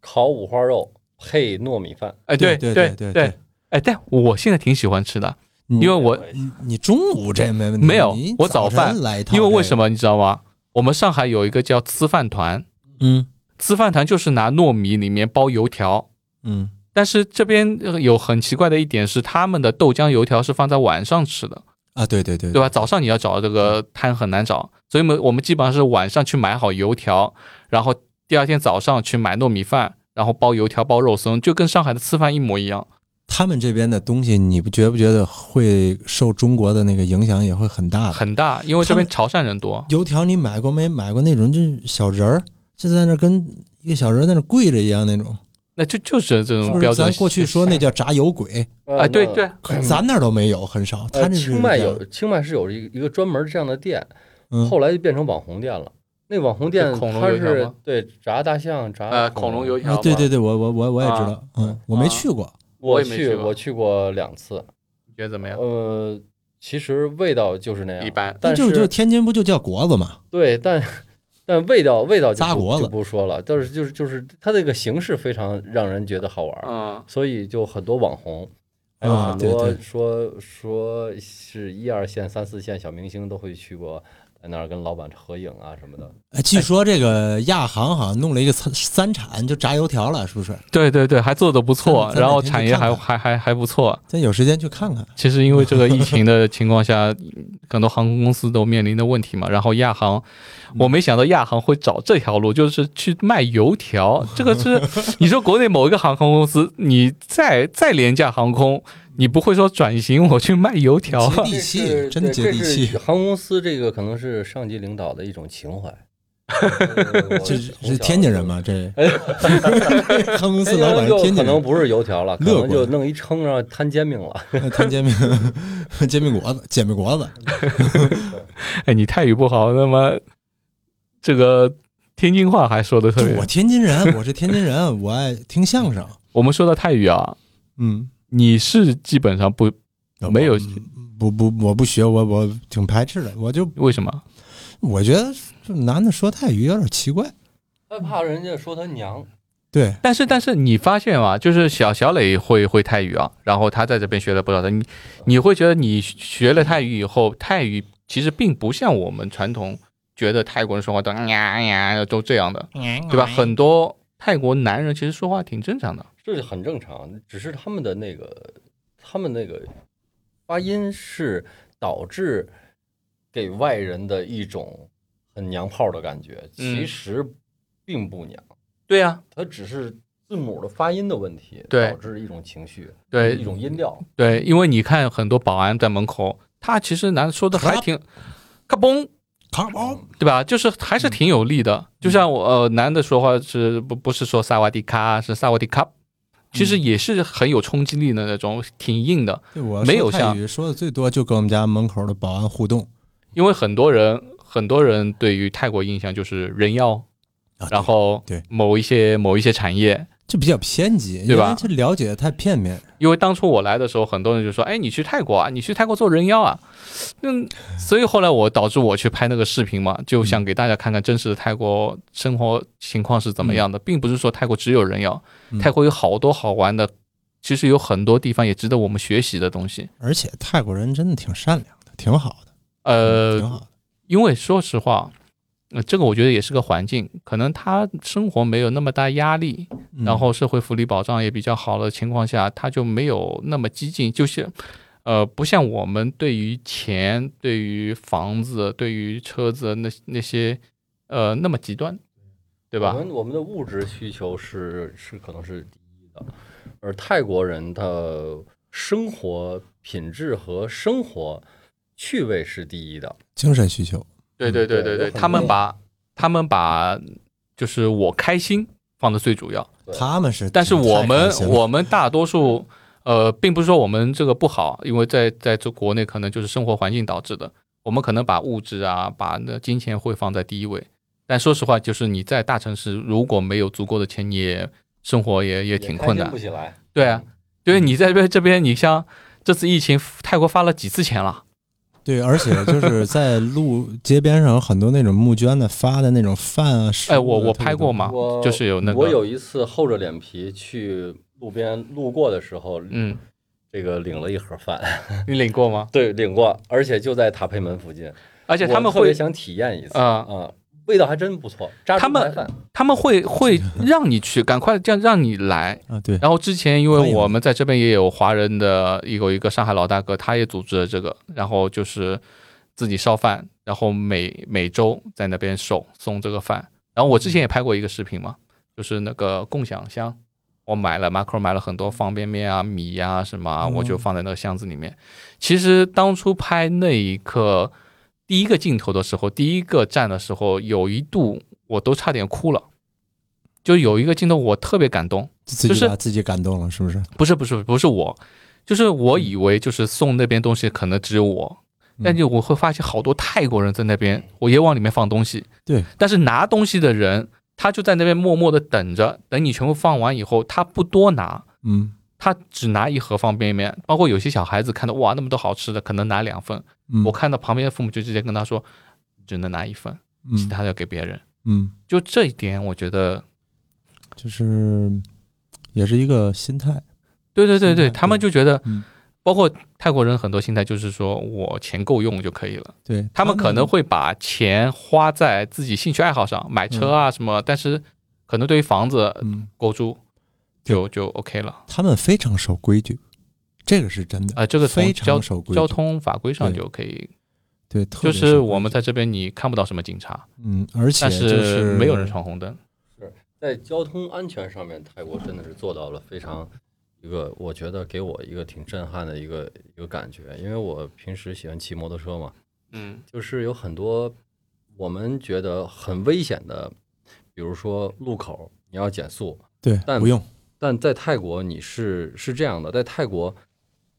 [SPEAKER 3] 烤五花肉配糯米饭，
[SPEAKER 1] 哎，
[SPEAKER 2] 对
[SPEAKER 1] 对
[SPEAKER 2] 对
[SPEAKER 1] 对，，哎，但我现在挺喜欢吃的，
[SPEAKER 2] 因
[SPEAKER 1] 因为我
[SPEAKER 2] 你你中午这没问题，
[SPEAKER 1] 没有
[SPEAKER 2] 你
[SPEAKER 1] 我早
[SPEAKER 2] 晨
[SPEAKER 1] 饭
[SPEAKER 2] 来一套，
[SPEAKER 1] 因为为什
[SPEAKER 2] 么？
[SPEAKER 1] 么你知道吗？我们上海有一个叫吃饭团，
[SPEAKER 2] 嗯
[SPEAKER 1] 吃饭团就是拿糯米里面包油条，
[SPEAKER 2] 嗯，
[SPEAKER 1] 但是这边呃有很奇怪的一点是，他们的豆浆油条是放在晚上吃的，
[SPEAKER 2] 啊，对对对
[SPEAKER 1] 对吧？早上你要找这
[SPEAKER 2] 嗯
[SPEAKER 1] 个摊很难找，所以我们我们基本上是晚上去买好油条，然后第二天早上去买糯米饭，然后包油条包肉松，就跟上海的吃饭一模一样。
[SPEAKER 2] 他们这边的东西，你不觉不觉得会受中国的那个影响也会很大的？
[SPEAKER 1] 很大，因为这边潮汕人多。
[SPEAKER 2] 油条你买过没买过那种就是小人儿，就在那儿跟一个小人儿在那儿跪着一样那种，
[SPEAKER 1] 那就就是这
[SPEAKER 2] 是
[SPEAKER 1] 种
[SPEAKER 2] 不
[SPEAKER 1] 嗯标
[SPEAKER 2] 是？
[SPEAKER 1] 准。
[SPEAKER 2] 咱过去说那叫炸油鬼，
[SPEAKER 1] 啊，对
[SPEAKER 3] 呃
[SPEAKER 1] 对，
[SPEAKER 2] 咱那儿都没有，很少。他
[SPEAKER 3] 那，呃，
[SPEAKER 2] 这是
[SPEAKER 3] 清迈
[SPEAKER 2] 叫
[SPEAKER 3] 有，清迈是有一个一个专门这样的店，
[SPEAKER 2] 嗯
[SPEAKER 3] 后来就变成网红店了。那网红店
[SPEAKER 1] 就恐龙
[SPEAKER 3] 它
[SPEAKER 1] 油条
[SPEAKER 3] 是
[SPEAKER 1] 吗
[SPEAKER 3] 对炸大象、炸
[SPEAKER 1] 呃，
[SPEAKER 3] 恐
[SPEAKER 1] 恐龙油条
[SPEAKER 2] 啊
[SPEAKER 1] 嘛，，
[SPEAKER 2] 对对对，我我我我也知
[SPEAKER 1] 啊
[SPEAKER 2] 道，嗯，我没去过，
[SPEAKER 1] 我
[SPEAKER 3] 我
[SPEAKER 1] 也没去
[SPEAKER 3] 去
[SPEAKER 1] 过
[SPEAKER 3] 我去过两次，
[SPEAKER 1] 你觉得怎么样？
[SPEAKER 3] 呃，其实味道就是那样，
[SPEAKER 1] 一般
[SPEAKER 2] 那
[SPEAKER 3] 但
[SPEAKER 2] 就是就天津不就叫国子嘛？
[SPEAKER 3] 对，但但味道味道就
[SPEAKER 2] 扎
[SPEAKER 3] 不
[SPEAKER 2] 脖子
[SPEAKER 3] 就不说了，但是就是就是它这个形式非常让人觉得好玩儿，
[SPEAKER 1] 嗯，
[SPEAKER 3] 所以就很多网红，还有
[SPEAKER 2] 啊
[SPEAKER 3] 很
[SPEAKER 2] 对
[SPEAKER 3] 多
[SPEAKER 2] 对
[SPEAKER 3] 说说是一二线、三四线小明星都会去过，在那儿跟老板合影啊什么的。
[SPEAKER 2] 哎据说这个亚航好像弄了一个三三产，就炸油条了，是不是？
[SPEAKER 1] 对对对，还做的不
[SPEAKER 2] 咱
[SPEAKER 1] 错，
[SPEAKER 2] 们咱
[SPEAKER 1] 然后
[SPEAKER 2] 哪天
[SPEAKER 1] 产
[SPEAKER 2] 去
[SPEAKER 1] 业
[SPEAKER 2] 看
[SPEAKER 1] 还
[SPEAKER 2] 看
[SPEAKER 1] 还还还不错。
[SPEAKER 2] 咱有时间去看看。
[SPEAKER 1] 其实因为这个疫情的情况下，很多航空公司都面临的问题嘛。然后亚航，我没想到亚航会找这条路，就是去卖油条。这个是你说国内某一个航空公司，你再再廉价航空，你不会说转型我去卖油条啊
[SPEAKER 2] 接？地气，真的接地气。
[SPEAKER 3] 航空公司这个可能是上级领导的一种情怀。
[SPEAKER 2] 这
[SPEAKER 3] 这
[SPEAKER 2] 是是天津人？吗？这 航空公司
[SPEAKER 3] 天津
[SPEAKER 2] 老板
[SPEAKER 1] 哎
[SPEAKER 2] 是
[SPEAKER 3] 人就
[SPEAKER 2] 天
[SPEAKER 3] 可
[SPEAKER 2] 津
[SPEAKER 3] 能
[SPEAKER 2] 人，
[SPEAKER 3] 不是油条了，可
[SPEAKER 2] 乐
[SPEAKER 3] 能就
[SPEAKER 2] 观
[SPEAKER 3] 弄一撑上摊煎饼了。
[SPEAKER 2] 摊煎饼、煎饼果子、煎饼果子。
[SPEAKER 1] 哎，你泰语不好，那么这个天津话还说的特别
[SPEAKER 2] 我。天津人，我是天津人，我爱听相声。
[SPEAKER 1] 我们说到泰语啊，
[SPEAKER 2] 嗯，
[SPEAKER 1] 你是基本上不 没有
[SPEAKER 2] 不不，我不学，我我挺排斥的。我就
[SPEAKER 1] 为什么？
[SPEAKER 2] 我觉得这男的说泰语有点奇怪。
[SPEAKER 3] 害怕人家说他娘，
[SPEAKER 2] 对，
[SPEAKER 1] 但是但是你发现啊，就是小小磊会会泰语啊，然后他在这边学了不少的，你你会觉得你学了泰语以后，泰语其实并不像我们传统觉得泰国人说话都呀呀都这样的，
[SPEAKER 2] 嗯
[SPEAKER 1] 对吧？很多泰国男人其实说话挺正常的，
[SPEAKER 3] 这是很正常，只是他们的那个，他们那个发音是导致给外人的一种很娘炮的感觉，
[SPEAKER 1] 嗯
[SPEAKER 3] 其实并不娘，
[SPEAKER 1] 对呀、啊
[SPEAKER 3] 他只是字母的发音的问题，
[SPEAKER 1] 对
[SPEAKER 3] 导致一种情绪，
[SPEAKER 1] 对
[SPEAKER 3] 一种音调，
[SPEAKER 1] 对，因为你看很多保安在门口，他其实难说的还挺，咔嘣，
[SPEAKER 2] 卡包
[SPEAKER 1] 对吧？就是还
[SPEAKER 2] 嗯
[SPEAKER 1] 是挺有力的。就像我呃，男的说话是不不是说萨瓦迪卡，是萨瓦迪卡，其
[SPEAKER 2] 嗯
[SPEAKER 1] 实也是很有冲击力的那种，挺硬的。
[SPEAKER 2] 对我
[SPEAKER 1] 没有
[SPEAKER 2] 说泰
[SPEAKER 1] 像
[SPEAKER 2] 语说的最多就跟我们家门口的保安互动
[SPEAKER 1] 因为很多人很多人对于泰国印象就是人妖，
[SPEAKER 2] 啊，
[SPEAKER 1] 然后
[SPEAKER 2] 对
[SPEAKER 1] 某一些某一些产业。
[SPEAKER 2] 这比较偏激，
[SPEAKER 1] 对吧
[SPEAKER 2] 因为这了解的太片面。
[SPEAKER 1] 因为当初我来的时候，很多人就说：“哎，你去泰国啊，你去泰国做人妖啊。”嗯，所以后来我导致我去拍那个视频嘛，就
[SPEAKER 2] 嗯
[SPEAKER 1] 想给大家看看真实的泰国生活情况是怎么样的，并不是说泰国只有人妖，
[SPEAKER 2] 嗯
[SPEAKER 1] 泰国有好多好玩的，其实有很多地方也值得我们学习的东西。
[SPEAKER 2] 而且泰国人真的挺善良的，挺好的，嗯挺
[SPEAKER 1] 呃，
[SPEAKER 2] 好的。
[SPEAKER 1] 因为说实话，呃这个我觉得也是个环境，可能他生活没有那么大压力，
[SPEAKER 2] 嗯
[SPEAKER 1] 然后社会福利保障也比较好的情况下，他就没有那么激进，就是。呃，不像我们对于钱、对于房子、对于车子那那些，呃，那么极端，对吧
[SPEAKER 3] 我？们我们的物质需求是是可能是第一的，而泰国人的生活品质和生活趣味是第一的。
[SPEAKER 2] 精神需求，
[SPEAKER 1] 对对对对
[SPEAKER 3] 对
[SPEAKER 1] 对，
[SPEAKER 3] 有很
[SPEAKER 1] 他们
[SPEAKER 3] 多
[SPEAKER 1] 把他们把就是我开心放的最主要，
[SPEAKER 3] 对
[SPEAKER 2] 他们是，
[SPEAKER 1] 但是我
[SPEAKER 2] 太
[SPEAKER 1] 们
[SPEAKER 2] 开心了
[SPEAKER 1] 我们大多数呃，并不是说我们这个不好，因为在在这国内可能就是生活环境导致的，我们可能把物质啊，把那金钱会放在第一位。但说实话，就是你在大城市如果没有足够的钱，你也生活也也挺困
[SPEAKER 3] 开心
[SPEAKER 1] 难
[SPEAKER 3] 不。起来。嗯
[SPEAKER 1] 对啊，对你在这边这边，你像这次疫情，泰国发了几次钱了？
[SPEAKER 2] 对，而且就是在路街边上有很多那种募捐的发的那种饭啊，食
[SPEAKER 1] 哎，
[SPEAKER 2] 物
[SPEAKER 1] 我
[SPEAKER 2] 啊
[SPEAKER 1] 我拍过？嘛
[SPEAKER 3] 我，
[SPEAKER 1] 就是有那
[SPEAKER 3] 我
[SPEAKER 1] 个，
[SPEAKER 3] 有一次厚着脸皮去路边路过的时候，
[SPEAKER 1] 嗯，
[SPEAKER 3] 这个领了一盒饭，
[SPEAKER 1] 你领过吗？
[SPEAKER 3] 对，领过，而且就在塔佩门附近，
[SPEAKER 1] 而且他们
[SPEAKER 3] 我特别
[SPEAKER 1] 会
[SPEAKER 3] 想体验一次
[SPEAKER 1] 啊
[SPEAKER 3] 啊，味道还真不错，炸
[SPEAKER 1] 他
[SPEAKER 3] 猪
[SPEAKER 1] 们
[SPEAKER 3] 排饭，
[SPEAKER 1] 他们会会让你去，赶快这样让你来。
[SPEAKER 2] 特别多啊，对，
[SPEAKER 1] 然后之前因
[SPEAKER 2] 欢
[SPEAKER 1] 为
[SPEAKER 2] 迎
[SPEAKER 1] 我们在这边也有华人的一个一个上海老大哥，他也组织了这个，然后就是自己烧饭，然后每每周在那边手送这个饭。然后我之前也拍过一个视频嘛，就是那个共享箱，我买了 Macro 买了很多方便面啊、米呀、什么啊，
[SPEAKER 2] 嗯
[SPEAKER 1] 我就放在那个箱子里面。其实当初拍那一刻，第一个镜头的时候，第一个站的时候，有一度我都差点哭了。就有一个镜头我特别感动，
[SPEAKER 2] 自
[SPEAKER 1] 就
[SPEAKER 2] 己
[SPEAKER 1] 是
[SPEAKER 2] 把自己感动了，是不是？
[SPEAKER 1] 不是不是不是我，就是我以为就是送那边东西可能只有我，
[SPEAKER 2] 嗯
[SPEAKER 1] 但就我会发现好多泰国人在那边，我也往里面放东西，
[SPEAKER 2] 对，
[SPEAKER 1] 但是拿东西的人他就在那边默默的等着，等你全部放完以后，他不多拿。
[SPEAKER 2] 嗯
[SPEAKER 1] 他只拿一盒方便面，包括有些小孩子看到哇那么多好吃的，可能拿两份。
[SPEAKER 2] 嗯，
[SPEAKER 1] 我看到旁边的父母就直接跟他说，只能拿一份，其
[SPEAKER 2] 嗯
[SPEAKER 1] 他要给别人。
[SPEAKER 2] 嗯，
[SPEAKER 1] 就这一点，我觉得，
[SPEAKER 2] 就是也是一个心态，
[SPEAKER 1] 对对对
[SPEAKER 2] 心态
[SPEAKER 1] 对，他们就觉得
[SPEAKER 2] 嗯，
[SPEAKER 1] 包括泰国人很多心态就是说我钱够用就可以了。
[SPEAKER 2] 对
[SPEAKER 1] 他们可能会把钱花在自己兴趣爱好上，买车啊什么，但是可能对于房子
[SPEAKER 2] 嗯，
[SPEAKER 1] 购住就就 OK 了。
[SPEAKER 2] 他们非常守规矩，这个是真的，
[SPEAKER 1] 呃，这个从
[SPEAKER 2] 非
[SPEAKER 1] 交
[SPEAKER 2] 常守规矩，
[SPEAKER 1] 交通法规上
[SPEAKER 2] 对
[SPEAKER 1] 就可以，
[SPEAKER 2] 对，特别
[SPEAKER 1] 就
[SPEAKER 2] 守规
[SPEAKER 1] 是我们
[SPEAKER 2] 矩
[SPEAKER 1] 在这边你看不到什么警察，
[SPEAKER 2] 嗯，而且
[SPEAKER 1] 但
[SPEAKER 2] 就是
[SPEAKER 1] 没有人闯红灯。
[SPEAKER 3] 在交通安全上面，泰国真的是做到了非常一个，我觉得给我一个挺震撼的一个一个感觉，因为我平时喜欢骑摩托车嘛，
[SPEAKER 1] 嗯
[SPEAKER 3] 就是有很多我们觉得很危险的，比如说路口你要减速，
[SPEAKER 2] 对，
[SPEAKER 3] 但
[SPEAKER 2] 不用
[SPEAKER 3] 但在泰国你是是这样的，在泰国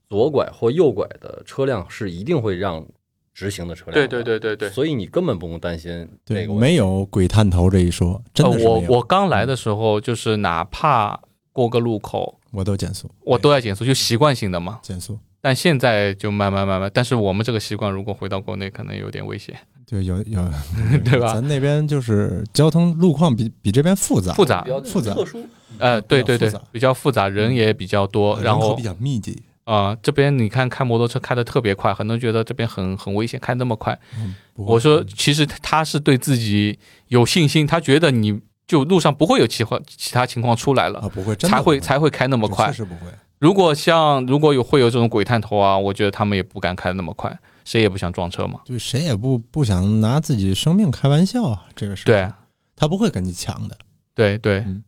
[SPEAKER 3] 左拐或右拐的车辆是一定会让直行的车辆的，
[SPEAKER 1] 对
[SPEAKER 3] 所以你根本不用担心
[SPEAKER 2] 对，
[SPEAKER 3] 那个问题。
[SPEAKER 2] 没有鬼探头这一说，真
[SPEAKER 1] 呃，
[SPEAKER 2] 的是
[SPEAKER 1] 我
[SPEAKER 2] 没有嗯
[SPEAKER 1] 我刚来的时候，就是哪怕过个路口，
[SPEAKER 2] 我都减速，
[SPEAKER 1] 我都要减速，就习惯性的嘛。
[SPEAKER 2] 减速。
[SPEAKER 1] 但现在就慢慢慢慢，但是我们这个习惯如果回到国内，可能有点危险。
[SPEAKER 2] 对，有有，
[SPEAKER 1] 对吧
[SPEAKER 2] 咱那边就是交通路况比比这边复杂，
[SPEAKER 1] 复杂
[SPEAKER 3] 比较
[SPEAKER 2] 复杂
[SPEAKER 3] 特殊，
[SPEAKER 1] 呃，对
[SPEAKER 2] 嗯比
[SPEAKER 1] 对
[SPEAKER 2] 较
[SPEAKER 1] 对
[SPEAKER 2] 复杂，嗯
[SPEAKER 1] 比较复杂，人也比较多，然
[SPEAKER 2] 人
[SPEAKER 1] 后
[SPEAKER 2] 口比较密集。
[SPEAKER 1] 啊、这边你看开摩托车开的特别快，很多人觉得这边很很危险，开那么快。
[SPEAKER 2] 嗯不过
[SPEAKER 1] 我说，其实他是对自己有信心，他觉得你就路上不会有其他其他情况出来
[SPEAKER 2] 啊，
[SPEAKER 1] 了，
[SPEAKER 2] 不会，真的
[SPEAKER 1] 才
[SPEAKER 2] 不会
[SPEAKER 1] 会才会开那么
[SPEAKER 2] 这
[SPEAKER 1] 快
[SPEAKER 2] 确。实不会。
[SPEAKER 1] 如果像如果有会有这种鬼探头啊，我觉得他们也不敢开得那么快，谁也不想撞车嘛。
[SPEAKER 2] 就谁也不不想拿自己生命开玩笑啊，这个事。
[SPEAKER 1] 对，
[SPEAKER 2] 他不会跟你抢的。
[SPEAKER 1] 对对，
[SPEAKER 2] 嗯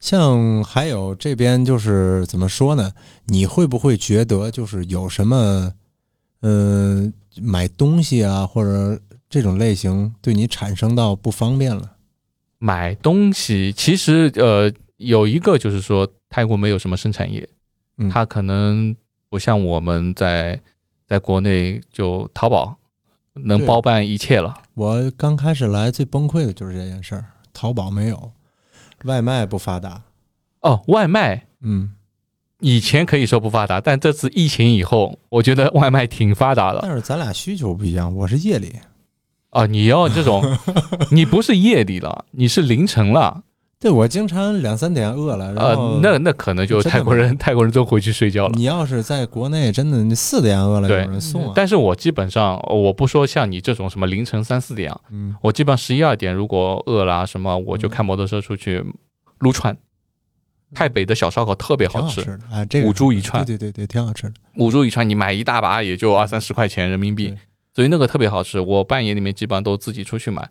[SPEAKER 2] 像还有这边就是怎么说呢？你会不会觉得就是有什么，嗯、买东西啊或者这种类型对你产生到不方便了？
[SPEAKER 1] 买东西其实呃有一个就是说，泰国没有什么生产业，
[SPEAKER 2] 嗯，
[SPEAKER 1] 它可能不像我们在在国内就淘宝能
[SPEAKER 2] 对
[SPEAKER 1] 包办一切了。
[SPEAKER 2] 我刚开始来最崩溃的就是这件事儿，淘宝没有，外卖不发达，
[SPEAKER 1] 哦，外卖
[SPEAKER 2] 嗯，
[SPEAKER 1] 以前可以说不发达，但这次疫情以后，我觉得外卖挺发达的
[SPEAKER 2] 但是咱俩需求不一样，我是夜里，
[SPEAKER 1] 啊、你要这 种，你不是夜里了，你是凌晨了，
[SPEAKER 2] 对我经常两三点饿了，然后、
[SPEAKER 1] 呃，那那可能就
[SPEAKER 2] 哦真的
[SPEAKER 1] 泰国人泰国人都回去睡觉了。
[SPEAKER 2] 你要是在国内真的你四点饿了有
[SPEAKER 1] 对
[SPEAKER 2] 人送啊，
[SPEAKER 1] 但是我基本上，呃我不说像你这种什么凌晨三四点啊，
[SPEAKER 2] 嗯，
[SPEAKER 1] 我基本上十一二点如果饿了啊什么，我就开摩托车出去撸串。太北的小烧烤特别
[SPEAKER 2] 挺
[SPEAKER 1] 好
[SPEAKER 2] 好
[SPEAKER 1] 吃
[SPEAKER 2] 吃，的啊，这个
[SPEAKER 1] 五株一串
[SPEAKER 2] 对对对对，挺好吃的。
[SPEAKER 1] 五株一串，你买一大把也就二三十块钱人民币
[SPEAKER 2] 对，
[SPEAKER 1] 所以那个特别好吃。我半夜里面基本上都自己出去买。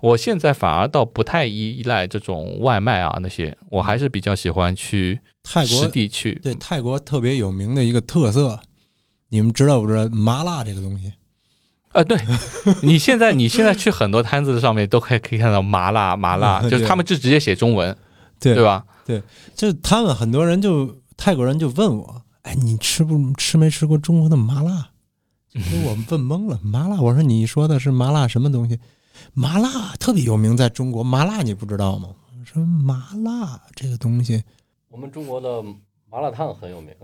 [SPEAKER 1] 我现在反而倒不太依赖这种外卖啊那些，我还是比较喜欢去
[SPEAKER 2] 泰
[SPEAKER 1] 实
[SPEAKER 2] 国
[SPEAKER 1] 地去。
[SPEAKER 2] 嗯对泰国特别有名的一个特色，你们知道不知道麻辣这个东西？
[SPEAKER 1] 啊，对你现在你现在去很多摊子上面都可以可以看到麻辣麻辣，
[SPEAKER 2] 嗯
[SPEAKER 1] 就是他们就直接写中文，
[SPEAKER 2] 对
[SPEAKER 1] 对吧？
[SPEAKER 2] 就他们很多人就泰国人就问我，哎，你吃不吃没吃过中国的麻辣？就给我问懵了，麻辣。我说你说的是麻辣什么东西？麻辣特别有名，在中国麻辣你不知道吗？我说麻辣这个东西，
[SPEAKER 3] 我们中国的麻辣烫很有名，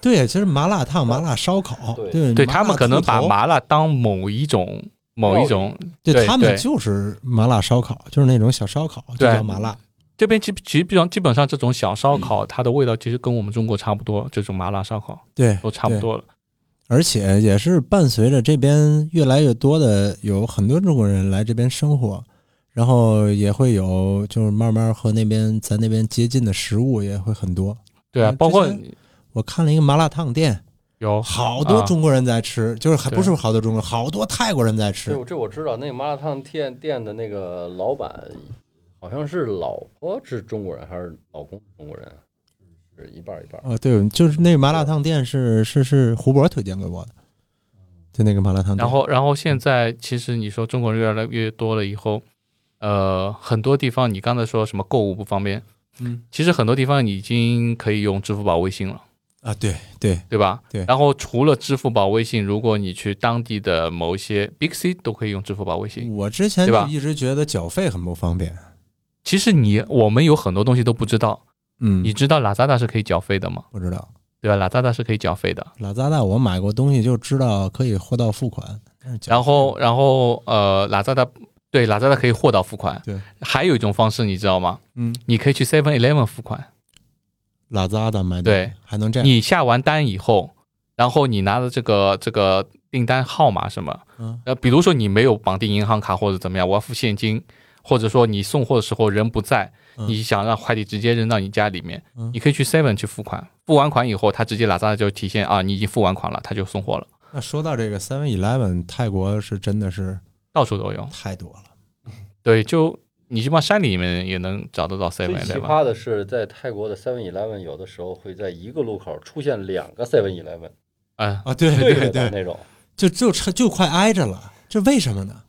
[SPEAKER 2] 对，其实麻辣烫、麻辣烧烤，
[SPEAKER 3] 对
[SPEAKER 2] 对
[SPEAKER 1] 哦对
[SPEAKER 2] 麻
[SPEAKER 1] 他
[SPEAKER 2] 辣
[SPEAKER 1] 们可能
[SPEAKER 2] 兔
[SPEAKER 1] 把
[SPEAKER 2] 头
[SPEAKER 1] 麻辣当某一种某一种，
[SPEAKER 2] 对
[SPEAKER 1] 对
[SPEAKER 2] 他们
[SPEAKER 1] 对
[SPEAKER 2] 就是麻辣烧烤，就是那种小烧烤，就
[SPEAKER 1] 对
[SPEAKER 2] 叫麻辣。
[SPEAKER 1] 这边基基本上基本上这种小烧
[SPEAKER 2] 嗯
[SPEAKER 1] 烤，它的味道其实跟我们中国差不多，这种麻辣烧烤
[SPEAKER 2] 对，
[SPEAKER 1] 都差不多了。
[SPEAKER 2] 而且也是伴随着这边越来越多的有很多中国人来这边生活，然后也会有就是慢慢和那边咱那边接近的食物也会很多。
[SPEAKER 1] 对啊
[SPEAKER 2] 嗯，
[SPEAKER 1] 包括
[SPEAKER 2] 之前我看了一个麻辣烫店，
[SPEAKER 1] 有
[SPEAKER 2] 好多
[SPEAKER 1] 啊
[SPEAKER 2] 中国人在吃，就是还
[SPEAKER 1] 对
[SPEAKER 2] 不是好多中国人，好多泰国人在
[SPEAKER 3] 这
[SPEAKER 2] 吃。
[SPEAKER 3] 我这我知道，那个麻辣烫店店的那个老板好像是老婆是中国人还是老公是中国人啊，是一半儿一半儿。
[SPEAKER 2] 哦，对，就是那个麻辣烫店是是是胡博推荐给我的，就那个麻辣烫店。
[SPEAKER 1] 然后，然后现在其实你说中国人越来越多了以后，呃，很多地方你刚才说什么购物不方便，
[SPEAKER 2] 嗯，
[SPEAKER 1] 其实很多地方已经可以用支付宝、微信了，
[SPEAKER 2] 啊，对对，
[SPEAKER 1] 对吧？
[SPEAKER 2] 对
[SPEAKER 1] 然后除了支付宝、微信，如果你去当地的某一些 Big C 都可以用支付宝、微信。
[SPEAKER 2] 我之前
[SPEAKER 1] 对
[SPEAKER 2] 就
[SPEAKER 1] 吧
[SPEAKER 2] 一直觉得缴费很不方便。
[SPEAKER 1] 其实你我们有很多东西都不知道，
[SPEAKER 2] 嗯，
[SPEAKER 1] 你知道 Lazada 是可以缴费的吗？
[SPEAKER 2] 不知道。
[SPEAKER 1] 对吧？Lazada
[SPEAKER 2] 嗯
[SPEAKER 1] 是可以缴费的。
[SPEAKER 2] 拉扎达我买过东西就知道可以货到付款，但是
[SPEAKER 1] 然后，然后呃，Lazada 对 Lazada 可以货到付款。
[SPEAKER 2] 对，
[SPEAKER 1] 还有一种方式你知道吗？
[SPEAKER 2] 嗯，
[SPEAKER 1] 你可以去 Seven Eleven 付款。
[SPEAKER 2] 拉扎达买的
[SPEAKER 1] 对
[SPEAKER 2] 还能这样，
[SPEAKER 1] 你下完单以后，然后你拿着这个这个订单号码什么，
[SPEAKER 2] 嗯
[SPEAKER 1] 呃，比如说你没有绑定银行卡或者怎么样，我要付现金，或者说你送货的时候人不在，
[SPEAKER 2] 嗯
[SPEAKER 1] 你想让快递直接扔到你家里面，
[SPEAKER 2] 嗯
[SPEAKER 1] 你可以去 Seven 去付款，付完款以后，他直接拉萨就提现啊，你已经付完款了，他就送货了，
[SPEAKER 2] 那说到这个 Seven Eleven，泰国是真的是
[SPEAKER 1] 到处都有。
[SPEAKER 2] 太多了，
[SPEAKER 1] 对，就你基本上山里面也能找得到
[SPEAKER 3] 最
[SPEAKER 1] Seven
[SPEAKER 3] 奇
[SPEAKER 1] Eleven。
[SPEAKER 3] 葩的是，在泰国的 Seven Eleven 有的时候会在一个路口出现两个 Seven Eleven，
[SPEAKER 1] 嗯，
[SPEAKER 2] 啊！对
[SPEAKER 3] 着
[SPEAKER 2] 对
[SPEAKER 3] 的
[SPEAKER 2] 对，
[SPEAKER 3] 那种。
[SPEAKER 2] 就就差就快挨着了，这为什么呢？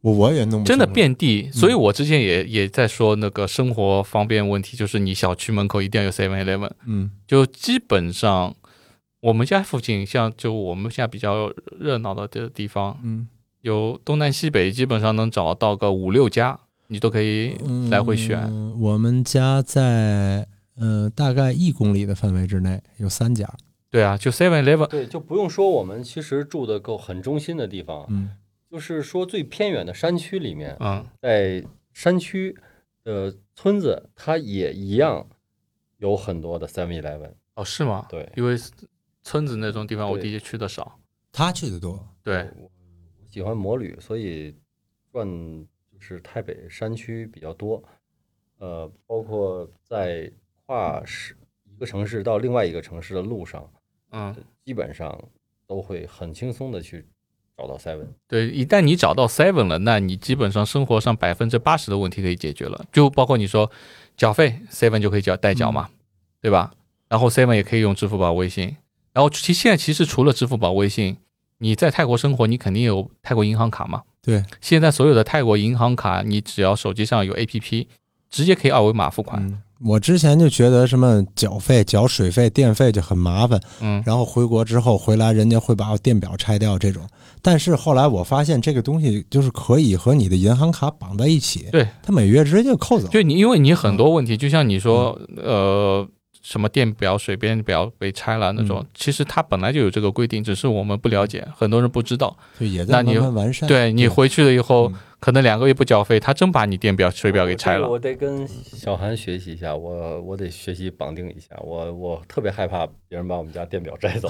[SPEAKER 2] 我我也弄不
[SPEAKER 1] 真的
[SPEAKER 2] 清楚
[SPEAKER 1] 遍地，所以我之前也也在说那个生活方便问题，就是你小区门口一定要有 Seven Eleven。
[SPEAKER 2] 嗯
[SPEAKER 1] 就基本上我们家附近，像就我们现在比较热闹的这地方，
[SPEAKER 2] 嗯
[SPEAKER 1] 有东南西北，基本上能找到个五六家，你都可以
[SPEAKER 2] 嗯
[SPEAKER 1] 来回选。
[SPEAKER 2] 我们家在呃大概一公里的范围之内有三家，
[SPEAKER 1] 对啊，就 Seven Eleven，
[SPEAKER 3] 对，就不用说，我们其实住的够很中心的地方，
[SPEAKER 2] 嗯
[SPEAKER 3] 就是说最偏远的山区里面，
[SPEAKER 1] 嗯，
[SPEAKER 3] 在山区的村子，它也一样有很多的 Seven Eleven。
[SPEAKER 1] 哦，是吗？
[SPEAKER 3] 对
[SPEAKER 1] 因为村子那种地方，我
[SPEAKER 3] 对
[SPEAKER 1] 的确去的少。
[SPEAKER 2] 他去的多，
[SPEAKER 1] 对，
[SPEAKER 3] 我喜欢摩旅，所以转就是台北山区比较多，呃，包括在跨市一个城市到另外一个城市的路上，
[SPEAKER 1] 嗯，
[SPEAKER 3] 基本上都会很轻松的去找到 seven。
[SPEAKER 1] 对，一旦你找到 seven 了，那你基本上生活上百分之八十的问题可以解决了，就包括你说缴费，seven 就可以缴代缴
[SPEAKER 2] 嗯
[SPEAKER 1] 嘛，对吧？然后 seven 也可以用支付宝、微信。然后其现在其实除了支付宝、微信，你在泰国生活，你肯定有泰国银行卡嘛。
[SPEAKER 2] 对，
[SPEAKER 1] 现在所有的泰国银行卡，你只要手机上有 APP，直接可以二维码付款。
[SPEAKER 2] 嗯，我之前就觉得什么缴费、缴水费、电费就很麻烦，
[SPEAKER 1] 嗯，
[SPEAKER 2] 然后回国之后回来，人家会把我电表拆掉这种。但是后来我发现这个东西就是可以和你的银行卡绑在一起，
[SPEAKER 1] 对，
[SPEAKER 2] 它每月直接就扣走。
[SPEAKER 1] 就你，因为你很多问题，就像你说，呃，什么电表、水电表被拆了那种，其实它本来就有这个规定，只是我们不了解，很多人不知道。
[SPEAKER 2] 就也在
[SPEAKER 1] 那
[SPEAKER 2] 慢
[SPEAKER 1] 你
[SPEAKER 2] 慢完善。
[SPEAKER 1] 对你回去了以后
[SPEAKER 2] 嗯，
[SPEAKER 1] 可能两个月不缴费，他真把你电表、水表给拆了。
[SPEAKER 3] 我得跟小韩学习一下，我我得学习绑定一下，我我特别害怕别人把我们家电表 摘走。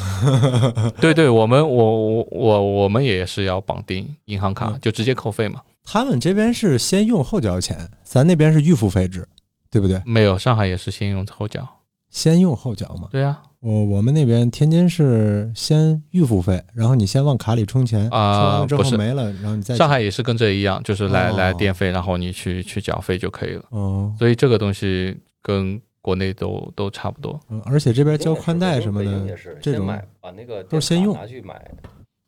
[SPEAKER 1] 对对，我们我我我我们也是要绑定银行卡，
[SPEAKER 2] 嗯
[SPEAKER 1] 就直接扣费嘛。
[SPEAKER 2] 他们这边是先用后交钱，咱那边是预付费制，对不对？
[SPEAKER 1] 没有，上海也是先用后缴。
[SPEAKER 2] 先用后交嘛。
[SPEAKER 1] 对啊，
[SPEAKER 2] 我我们那边天津是先预付费，然后你先往卡里充
[SPEAKER 1] 啊
[SPEAKER 2] 钱，充完了之
[SPEAKER 1] 不
[SPEAKER 2] 后
[SPEAKER 1] 是
[SPEAKER 2] 没了，然后你再
[SPEAKER 1] 上海也是跟这一样，就是来
[SPEAKER 2] 哦
[SPEAKER 1] 来电费，然后你去去缴费就可以了。
[SPEAKER 2] 哦，
[SPEAKER 1] 所以这个东西跟国内都都差不多。
[SPEAKER 2] 嗯而且这边交
[SPEAKER 3] 交
[SPEAKER 2] 宽带什么
[SPEAKER 3] 也
[SPEAKER 2] 的，
[SPEAKER 3] 是
[SPEAKER 2] 这
[SPEAKER 3] 先
[SPEAKER 2] 种
[SPEAKER 3] 买把那个
[SPEAKER 2] 都是先
[SPEAKER 3] 电卡
[SPEAKER 2] 用
[SPEAKER 3] 拿去买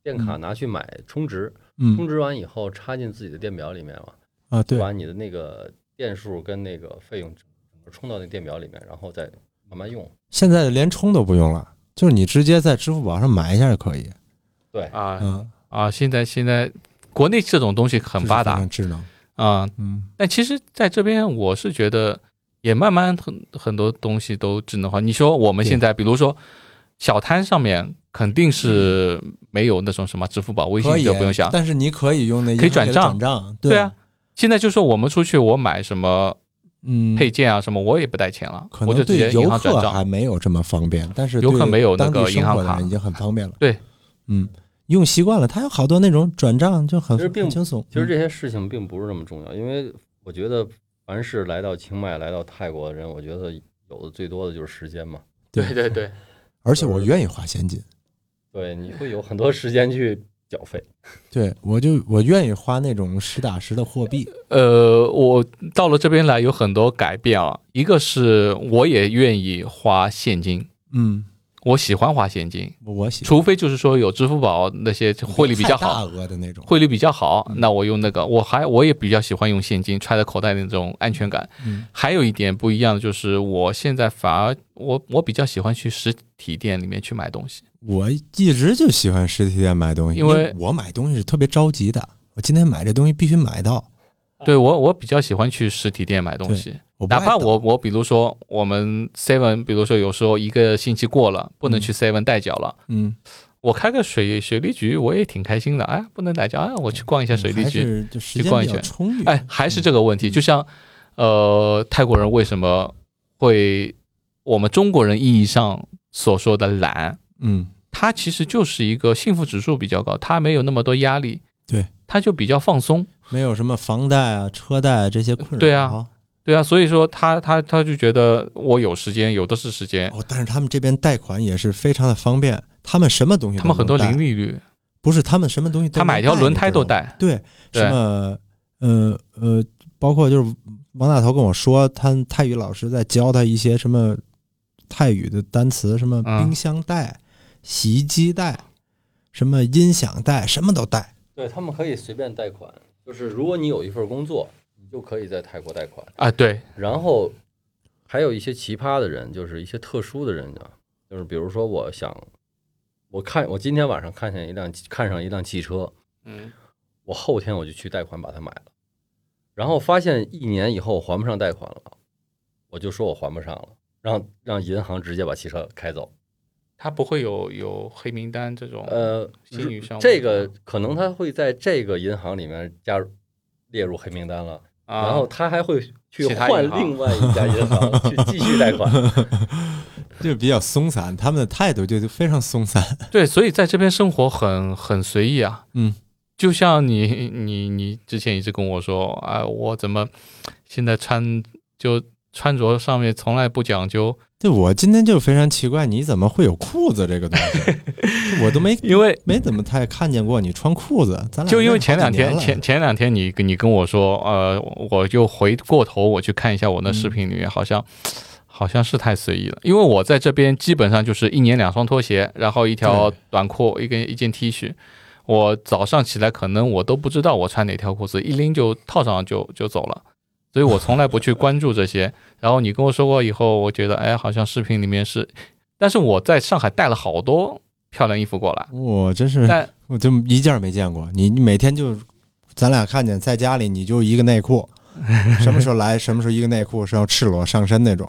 [SPEAKER 3] 电卡拿去买充值，充
[SPEAKER 2] 嗯
[SPEAKER 3] 值完以后插进自己的电表里面嘛，
[SPEAKER 2] 啊，对，
[SPEAKER 3] 把你的那个电数跟那个费用整个充到那电表里面，然后再慢慢用。
[SPEAKER 2] 现在连充都不用了，就是你直接在支付宝上买一下就可以，
[SPEAKER 3] 对，
[SPEAKER 1] 啊
[SPEAKER 2] 嗯，
[SPEAKER 1] 啊，现在现在国内这种东西很发
[SPEAKER 2] 就是非
[SPEAKER 1] 达
[SPEAKER 2] 常智能，
[SPEAKER 1] 啊、
[SPEAKER 2] 嗯
[SPEAKER 1] 但其实在这边我是觉得也慢慢很很多东西都智能化。你说我们
[SPEAKER 2] 对
[SPEAKER 1] 现在比如说小摊上面肯定是没有那种什么支付宝、微
[SPEAKER 2] 嗯可
[SPEAKER 1] 信
[SPEAKER 2] 以，啊
[SPEAKER 1] 就不用想，
[SPEAKER 2] 但是你可以用那银
[SPEAKER 1] 可以
[SPEAKER 2] 行给它
[SPEAKER 1] 转
[SPEAKER 2] 转账，
[SPEAKER 1] 对啊，。现在就说我们出去我买什么
[SPEAKER 2] 嗯，
[SPEAKER 1] 配件啊什么，我也不带钱了，
[SPEAKER 2] 可
[SPEAKER 1] 我就
[SPEAKER 2] 能
[SPEAKER 1] 直接
[SPEAKER 2] 对
[SPEAKER 1] 银
[SPEAKER 2] 游
[SPEAKER 1] 行转
[SPEAKER 2] 客
[SPEAKER 1] 账。
[SPEAKER 2] 还没有这么方便，但是
[SPEAKER 1] 游客
[SPEAKER 2] 对
[SPEAKER 1] 没有那
[SPEAKER 2] 当地
[SPEAKER 1] 个银
[SPEAKER 2] 生
[SPEAKER 1] 行
[SPEAKER 2] 活的
[SPEAKER 1] 卡
[SPEAKER 2] 人已经很方便了。
[SPEAKER 1] 对，
[SPEAKER 2] 嗯，用习惯了，它有好多那种转账就很
[SPEAKER 3] 其实并
[SPEAKER 2] 很轻松。嗯
[SPEAKER 3] 其实这些事情并不是那么重要，因为我觉得凡是来到清迈、来到泰国的人，我觉得有的最多的就是时间嘛。
[SPEAKER 2] 对
[SPEAKER 1] 对对，
[SPEAKER 2] 而且我愿意花现金，
[SPEAKER 3] 对，你会有很多时间去缴费。
[SPEAKER 2] 对我就我愿意花那种实打实的货币。
[SPEAKER 1] 呃，我到了这边来有很多改变啊，一个是我也愿意花现金，
[SPEAKER 2] 嗯，
[SPEAKER 1] 我喜欢花现金，
[SPEAKER 2] 我我喜欢
[SPEAKER 1] 除非就是说有支付宝那些汇率比较
[SPEAKER 2] 太大嗯
[SPEAKER 1] 好，
[SPEAKER 2] 额的那种。
[SPEAKER 1] 汇率比较好，那我用那个，我还我也比较喜欢用现金，揣在口袋里那种安全感。
[SPEAKER 2] 嗯
[SPEAKER 1] 还有一点不一样的就是，我现在反而我我比较喜欢去实体店里面去买东西，
[SPEAKER 2] 我一直就喜欢实体店买东西，
[SPEAKER 1] 因
[SPEAKER 2] 因
[SPEAKER 1] 为
[SPEAKER 2] 我买东西是特别着急的，我今天买这东西必须买到，
[SPEAKER 1] 对我我比较喜欢去实体店买东西。
[SPEAKER 2] 哦我不
[SPEAKER 1] 哪
[SPEAKER 2] 爱
[SPEAKER 1] 怕
[SPEAKER 2] 等
[SPEAKER 1] 我我比如说我们 seven，比如说有时候一个星期过了，不能去 seven 代缴了，
[SPEAKER 2] 嗯，
[SPEAKER 1] 我开个水水利局，我也挺开心的。哎，不能代缴，哎，我去逛一下水利
[SPEAKER 2] 嗯还
[SPEAKER 1] 局。
[SPEAKER 2] 是就时
[SPEAKER 1] 去
[SPEAKER 2] 间
[SPEAKER 1] 逛一
[SPEAKER 2] 比较
[SPEAKER 1] 圈
[SPEAKER 2] 充 裕。
[SPEAKER 1] 哎，还是这个问题，就像呃，泰国人为什么会我们中国人意义上所说的懒，
[SPEAKER 2] 嗯，
[SPEAKER 1] 他其实就是一个幸福指数比较高，他没有那么多压力，
[SPEAKER 2] 对，
[SPEAKER 1] 他就比较放松。
[SPEAKER 2] 没有什么房贷啊、车贷啊这些困扰。
[SPEAKER 1] 对啊对啊，所以说他他他就觉得我有时间，有的是时间，
[SPEAKER 2] 哦，但是他们这边贷款也是非常的方便，他们什么东西都
[SPEAKER 1] 他们很多
[SPEAKER 2] 能贷
[SPEAKER 1] 零利率，
[SPEAKER 2] 不是他们什么东西都
[SPEAKER 1] 他买
[SPEAKER 2] 能
[SPEAKER 1] 条
[SPEAKER 2] 贷
[SPEAKER 1] 轮
[SPEAKER 2] 你
[SPEAKER 1] 胎
[SPEAKER 2] 知
[SPEAKER 1] 都
[SPEAKER 2] 道吗，
[SPEAKER 1] 带。
[SPEAKER 2] 对，
[SPEAKER 1] 对
[SPEAKER 2] 什么呃呃，包括就是王大头跟我说，他泰语老师在教他一些什么泰语的单词，什么
[SPEAKER 1] 嗯
[SPEAKER 2] 冰箱贷、洗衣机贷、什么音响贷，什么都贷。
[SPEAKER 3] 对他们可以随便贷款，就是如果你有一份工作，你就可以在泰国贷款。
[SPEAKER 1] 啊，对，
[SPEAKER 3] 然后还有一些奇葩的人，就是一些特殊的人啊，就是比如说我想，我看我今天晚上看见一辆看上一辆汽车，
[SPEAKER 1] 嗯，
[SPEAKER 3] 我后天我就去贷款把它买了，然后发现一年以后还不上贷款了，我就说我还不上了，让让银行直接把汽车开走。
[SPEAKER 1] 他不会有有黑名单这种。
[SPEAKER 3] 呃，
[SPEAKER 1] 信誉上
[SPEAKER 3] 这
[SPEAKER 1] 网
[SPEAKER 3] 个可能他会在这个银行里面加入列入黑名单了。
[SPEAKER 1] 啊，
[SPEAKER 3] 然后他还会去
[SPEAKER 1] 其他
[SPEAKER 3] 换
[SPEAKER 1] 银行
[SPEAKER 3] 另外一家银 行去继续贷款。
[SPEAKER 2] 就是比较松散，他们的态度就就非常松散。
[SPEAKER 1] 对，所以在这边生活很很随意啊。
[SPEAKER 2] 嗯，
[SPEAKER 1] 就像你你你之前一直跟我说，哎，我怎么现在穿就穿着上面从来不讲究，
[SPEAKER 2] 对我今天就非常奇怪，你怎么会有裤子这个东西？ 我都没
[SPEAKER 1] 因为
[SPEAKER 2] 没怎么太看见过你穿裤子，咱俩
[SPEAKER 1] 就因为
[SPEAKER 2] 认识
[SPEAKER 1] 前
[SPEAKER 2] 好
[SPEAKER 1] 两
[SPEAKER 2] 几
[SPEAKER 1] 天
[SPEAKER 2] 年了
[SPEAKER 1] 前前两天你你跟我说，呃，我就回过头我去看一下我那
[SPEAKER 2] 嗯
[SPEAKER 1] 视频里面，好像好像是太随意了，因为我在这边基本上就是一年两双拖鞋，然后一条
[SPEAKER 2] 对
[SPEAKER 1] 短裤，一根一件 T 恤。我早上起来可能我都不知道我穿哪条裤子，一拎就套上就就走了，所以我从来不 去关注这些。然后你跟我说过以后，我觉得哎，好像视频里面是，但是我在上海带了好多漂亮衣服过来，
[SPEAKER 2] 我真是
[SPEAKER 1] 但
[SPEAKER 2] 我就一件儿没见过你，你每天就咱俩看见在家里你就一个内裤，什么时候来什么时候一个内裤，是要赤裸上身那种，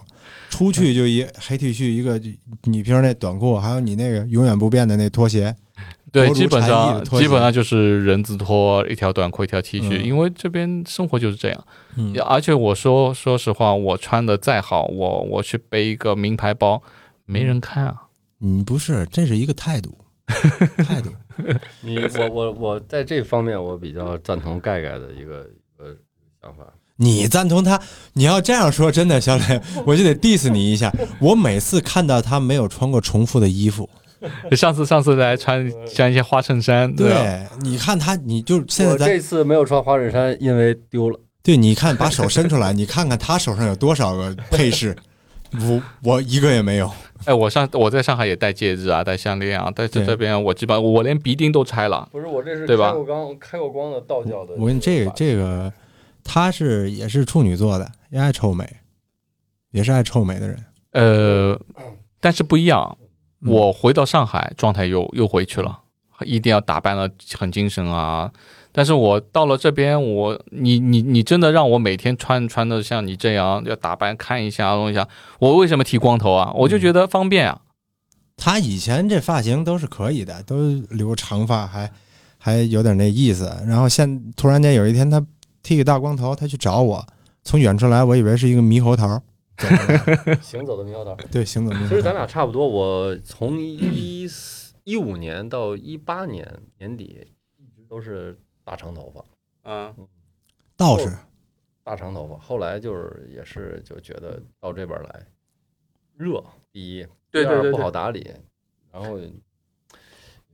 [SPEAKER 2] 出去就一黑 T 恤一个你平时那短裤，还有你那个永远不变的那拖鞋，
[SPEAKER 1] 对，
[SPEAKER 2] 薄如
[SPEAKER 1] 基本
[SPEAKER 2] 蝉翼
[SPEAKER 1] 上
[SPEAKER 2] 的拖
[SPEAKER 1] 基本
[SPEAKER 2] 鞋
[SPEAKER 1] 上就是人字拖，一条短裤，一条 T 恤，
[SPEAKER 2] 嗯
[SPEAKER 1] 因为这边生活就是这样。
[SPEAKER 2] 嗯
[SPEAKER 1] 而且我说说实话，我穿的再好，我我去背一个名牌包，没
[SPEAKER 2] 嗯
[SPEAKER 1] 人看啊。
[SPEAKER 2] 你不是，这是一个态度，态度，
[SPEAKER 3] 你我我我在这方面我比较赞同盖盖的一个一个想法。
[SPEAKER 2] 你赞同他，你要这样说，真的，小磊，我就得 diss 你一下。我每次看到他没有穿过重复的衣服，
[SPEAKER 1] 上次上次来穿穿一些花衬衫，对啊吧？
[SPEAKER 2] 对，你看他，你就现在
[SPEAKER 3] 我
[SPEAKER 2] 咱
[SPEAKER 3] 这次没有穿花衬衫，因为丢了。
[SPEAKER 2] 对，你看把手伸出来，你看看他手上有多少个配饰，我我一个也没有。
[SPEAKER 1] 哎，我上我在上海也戴戒指啊，戴项链啊，但是
[SPEAKER 2] 对
[SPEAKER 1] 这边我基本我连鼻钉都拆了。
[SPEAKER 3] 不是我这是
[SPEAKER 1] 对吧
[SPEAKER 3] 开过光开过光的道教的
[SPEAKER 2] 我跟你这个
[SPEAKER 3] 法
[SPEAKER 2] 这个，他是也是处女座的，也爱臭美，也是爱臭美的人。
[SPEAKER 1] 呃，但是不一样，
[SPEAKER 2] 嗯
[SPEAKER 1] 我回到上海状态又又回去了，一定要打扮的很精神啊。但是我到了这边，我你你你真的让我每天穿穿的像你这样，要打扮看一下弄一下，我为什么剃光头啊？我就觉得方便啊。
[SPEAKER 2] 他以前这发型都是可以的，都留长发还还有点那意思。然后现突然间有一天他剃个大光头，他去找我，从远处来，我以为是一个猕猴桃，走过来
[SPEAKER 3] 行走的喵道。
[SPEAKER 2] 对，行走猕猴
[SPEAKER 3] 其实咱
[SPEAKER 2] 桃。
[SPEAKER 3] 俩差不多，我从一四一五年到一八年年底，一直都是大长头发，
[SPEAKER 1] 嗯，
[SPEAKER 2] 道士，
[SPEAKER 3] 大长头发。后来就是也是就觉得到这边来热，第一，
[SPEAKER 1] 对
[SPEAKER 3] 第二
[SPEAKER 1] 对对
[SPEAKER 3] 啊不好打理，然后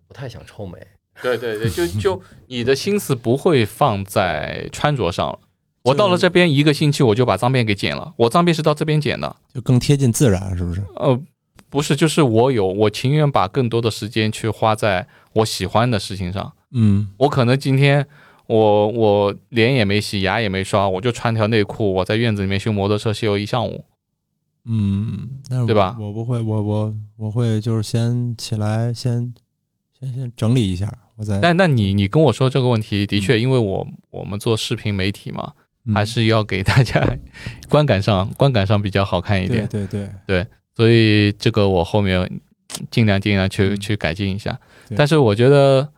[SPEAKER 3] 不太想臭美。
[SPEAKER 1] 对对对，就就你的心思不会放在穿着上了。我到了这边一个星期，我就把脏辫给剪了。我脏辫是到这边剪的，
[SPEAKER 2] 就更贴近自然，是不是？
[SPEAKER 1] 呃，不是，就是我有，我情愿把更多的时间去花在我喜欢的事情上。
[SPEAKER 2] 嗯，
[SPEAKER 1] 我可能今天我我脸也没洗，牙也没刷，我就穿条内裤，我在院子里面修摩托车修一上午。
[SPEAKER 2] 嗯，但是
[SPEAKER 1] 对吧
[SPEAKER 2] 我我不会，我我我会就是先起来，先先先整理一下，我再
[SPEAKER 1] 但那你你跟我说这个问题，的确，因为我我们做视频媒体嘛，
[SPEAKER 2] 嗯
[SPEAKER 1] 还是要给大家 观感上观感上比较好看一
[SPEAKER 2] 对
[SPEAKER 1] 点，
[SPEAKER 2] 对对，
[SPEAKER 1] 所以这个我后面尽量尽量去
[SPEAKER 2] 嗯
[SPEAKER 1] 去改进一下。
[SPEAKER 2] 对
[SPEAKER 1] 但是我觉得，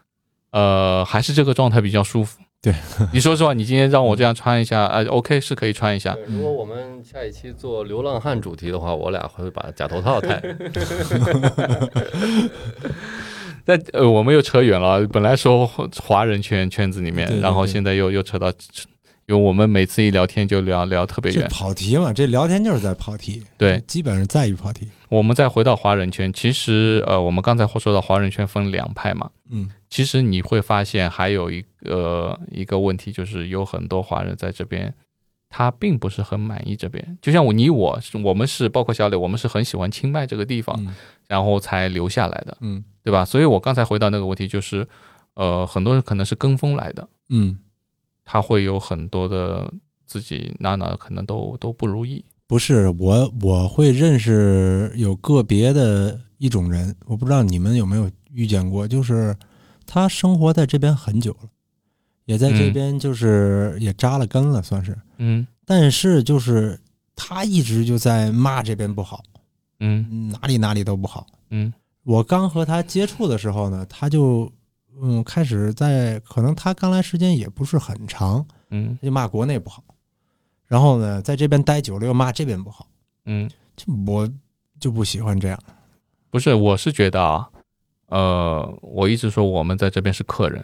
[SPEAKER 1] 呃，还是这个状态比较舒服。
[SPEAKER 2] 对，
[SPEAKER 1] 你说实话，你今天让我这样穿一 下，呃，OK 是可以穿一下，
[SPEAKER 3] 对如果我们下一期做流浪汉主题的话，我俩会把假头套戴。
[SPEAKER 1] 但呃，我们又扯远了。本来说华人圈圈子里面，
[SPEAKER 2] 对对
[SPEAKER 1] 然后
[SPEAKER 2] 对
[SPEAKER 1] 现在又又扯到，因为我们每次一聊天就聊聊特别
[SPEAKER 2] 这
[SPEAKER 1] 远。
[SPEAKER 2] 跑题嘛，这聊天就是在跑题，
[SPEAKER 1] 对，
[SPEAKER 2] 基本上在于跑题，
[SPEAKER 1] 我们再回到华人圈，其实呃，我们刚才说到华人圈分两派嘛，
[SPEAKER 2] 嗯，
[SPEAKER 1] 其实你会发现还有一个、一个问题，就是有很多华人在这边，他并不是很满意这边。就像我你我我们是包括小磊，我们是很喜欢清迈这个地方，
[SPEAKER 2] 嗯
[SPEAKER 1] 然后才留下来的，
[SPEAKER 2] 嗯
[SPEAKER 1] 对吧？所以我刚才回到那个问题，就是呃，很多人可能是跟风来的，
[SPEAKER 2] 嗯，
[SPEAKER 1] 他会有很多的自己哪哪可能都都不如意。
[SPEAKER 2] 不是我，我会认识有个别的一种人，我不知道你们有没有遇见过，就是他生活在这边很久了，也在这
[SPEAKER 1] 嗯
[SPEAKER 2] 边就是也扎了根了，算是，
[SPEAKER 1] 嗯
[SPEAKER 2] 但是就是他一直就在骂这边不好，
[SPEAKER 1] 嗯
[SPEAKER 2] 哪里哪里都不好。
[SPEAKER 1] 嗯
[SPEAKER 2] 我刚和他接触的时候呢，他就嗯开始在，可能他刚来时间也不是很长，
[SPEAKER 1] 嗯
[SPEAKER 2] 他就骂国内不好，然后呢在这边待久了又骂这边不好。
[SPEAKER 1] 嗯，
[SPEAKER 2] 就我就不喜欢这样。
[SPEAKER 1] 不是，我是觉得啊，呃，我一直说我们在这边是客人。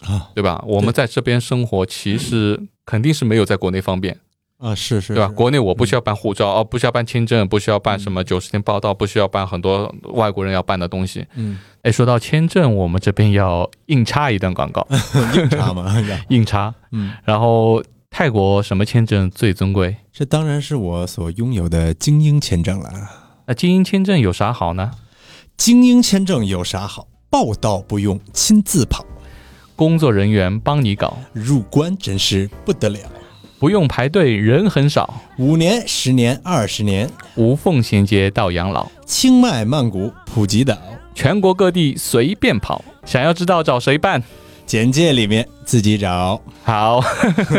[SPEAKER 2] 啊
[SPEAKER 1] 对吧？我们在这边生活，其实肯定是没有在国内方便，嗯
[SPEAKER 2] 啊，是是，
[SPEAKER 1] 嗯对吧？
[SPEAKER 2] 是
[SPEAKER 1] 国内我不需要办护照，哦，不需要办签证，不需要办什么九十天报到，不需要办很多外国人要办的东西。
[SPEAKER 2] 嗯，
[SPEAKER 1] 哎，说到签证，我们这边要硬插一段广 告，
[SPEAKER 2] 硬查嘛，
[SPEAKER 1] 硬插。
[SPEAKER 2] 嗯，
[SPEAKER 1] 然后泰国什么签证最尊贵？
[SPEAKER 2] 这当然是我所拥有的精英签证了。啊
[SPEAKER 1] 那精英签证有啥好呢？
[SPEAKER 2] 精英签证有啥好？报到不用亲自跑，
[SPEAKER 1] 工作人员帮你搞，
[SPEAKER 2] 入关真是不得了。
[SPEAKER 1] 不用排队，人很少，
[SPEAKER 2] 五年、十年、二十年，
[SPEAKER 1] 无缝衔接到养老，
[SPEAKER 2] 清迈、曼谷、普吉岛，
[SPEAKER 1] 全国各地随便跑。想要知道找谁办？
[SPEAKER 2] 简介里面自己找。
[SPEAKER 1] 好。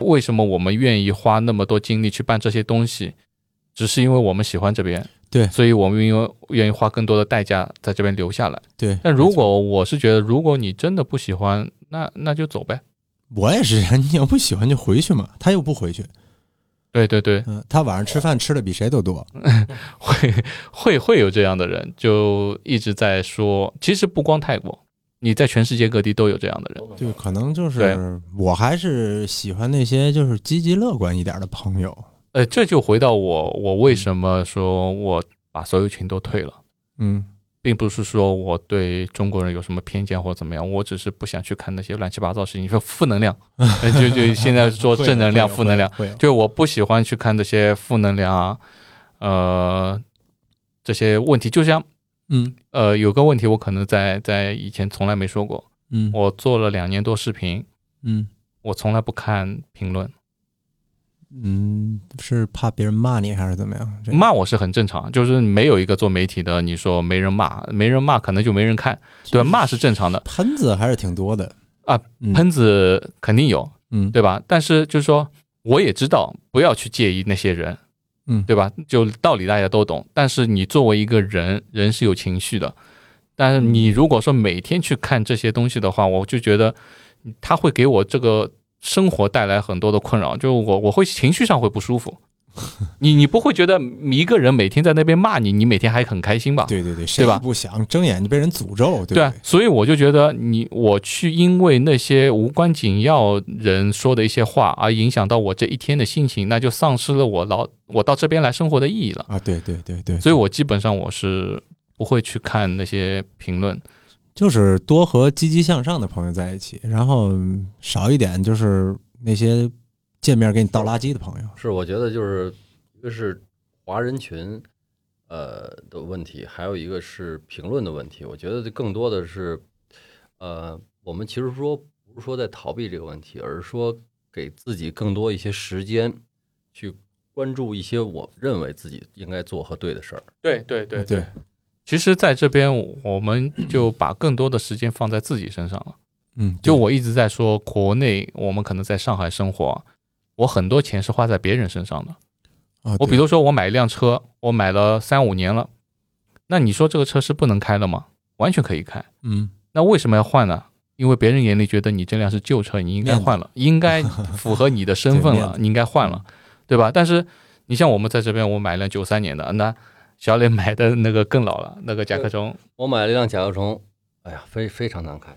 [SPEAKER 1] 为什么我们愿意花那么多精力去办这些东西？只是因为我们喜欢这边，
[SPEAKER 2] 对
[SPEAKER 1] 所以我们因为愿意花更多的代价在这边留下来。
[SPEAKER 2] 对，
[SPEAKER 1] 但如果我是觉得，如果你真的不喜欢，那那就走呗。
[SPEAKER 2] 我也是， 你要不喜欢就回去嘛。他又不回去，
[SPEAKER 1] 对对 对，
[SPEAKER 2] 嗯，他晚上吃饭吃的比谁都多。
[SPEAKER 1] 会会会有这样的人，就一直在说，其实不光泰国，你在全世界各地都有这样的人。
[SPEAKER 2] 对，可能就
[SPEAKER 1] 对
[SPEAKER 2] 是我还是喜欢那些就是积极乐观一点的朋友。
[SPEAKER 1] 呃，这就回到我，我为什么说我把所有群都退了，
[SPEAKER 2] 嗯，
[SPEAKER 1] 并不是说我对中国人有什么偏见或怎么样，我只是不想去看那些乱七八糟的事情。你说负能量， 呃就就现在说
[SPEAKER 2] 会有
[SPEAKER 1] 正能量、
[SPEAKER 2] 会有
[SPEAKER 1] 负能量，
[SPEAKER 2] 会有
[SPEAKER 1] 就我不喜欢去看那些负能量啊，呃，这些问题，就像
[SPEAKER 2] 嗯
[SPEAKER 1] 呃，有个问题我可能在在以前从来没说过，
[SPEAKER 2] 嗯
[SPEAKER 1] 我做了两年多视频，
[SPEAKER 2] 嗯
[SPEAKER 1] 我从来不看评论，
[SPEAKER 2] 嗯，是怕别人骂你还是怎么样？这
[SPEAKER 1] 骂我是很正常，就是没有一个做媒体的，你说没人骂，没人骂可能就没人看，对吧，骂是正常的，
[SPEAKER 2] 喷子还是挺多的
[SPEAKER 1] 啊，
[SPEAKER 2] 嗯
[SPEAKER 1] 喷子肯定有，
[SPEAKER 2] 嗯
[SPEAKER 1] 对吧？但是就是说，我也知道不要去介意那些人，
[SPEAKER 2] 嗯
[SPEAKER 1] 对吧？就道理大家都懂，但是你作为一个人，人是有情绪的。但是你如果说每天去看这些东西的话，我就觉得它会给我这个生活带来很多的困扰，就我我会情绪上会不舒服。你你不会觉得一个人每天在那边骂你，你每天还很开心吧？
[SPEAKER 2] 对对对，谁
[SPEAKER 1] 对吧
[SPEAKER 2] 也不想睁眼就被人诅咒，对不
[SPEAKER 1] 对啊，所以我就觉得你我去因为那些无关紧要人说的一些话而影响到我这一天的心情，那就丧失了我老我到这边来生活的意义了。
[SPEAKER 2] 啊，对对对对，
[SPEAKER 1] 所以我基本上我是不会去看那些评论。
[SPEAKER 2] 就是多和积极向上的朋友在一起，然后嗯少一点就是那些见面给你倒垃圾的朋友。
[SPEAKER 3] 是，我觉得就是一个是华人群呃的问题，还有一个是评论的问题。我觉得更多的是，呃，我们其实说不是说在逃避这个问题，而是说给自己更多一些时间去关注一些我认为自己应该做和对的事儿。
[SPEAKER 1] 对对对
[SPEAKER 2] 对，
[SPEAKER 1] 其实在这边我们就把更多的时间放在自己身上了。
[SPEAKER 2] 嗯，
[SPEAKER 1] 就
[SPEAKER 2] 对
[SPEAKER 1] 我一直在说，国内我们可能在上海生活，我很多钱是花在别人身上的。
[SPEAKER 2] 啊，
[SPEAKER 1] 我
[SPEAKER 2] 对
[SPEAKER 1] 比如说我买一辆车，我买了三五年了，那你说这个车是不能开了吗？完全可以开。
[SPEAKER 2] 嗯，
[SPEAKER 1] 那为什么要换呢？因为别人眼里觉得你这辆是旧车，你应该换了，应该符合你的身份
[SPEAKER 2] 对面
[SPEAKER 1] 了，
[SPEAKER 2] 子嗯
[SPEAKER 1] 你应该换了，对吧？但是你像我们在这边，我买一辆九三年的，那小磊买的那个更老了，那个甲壳虫
[SPEAKER 3] 我买了一辆甲壳虫，哎呀，非非常难开，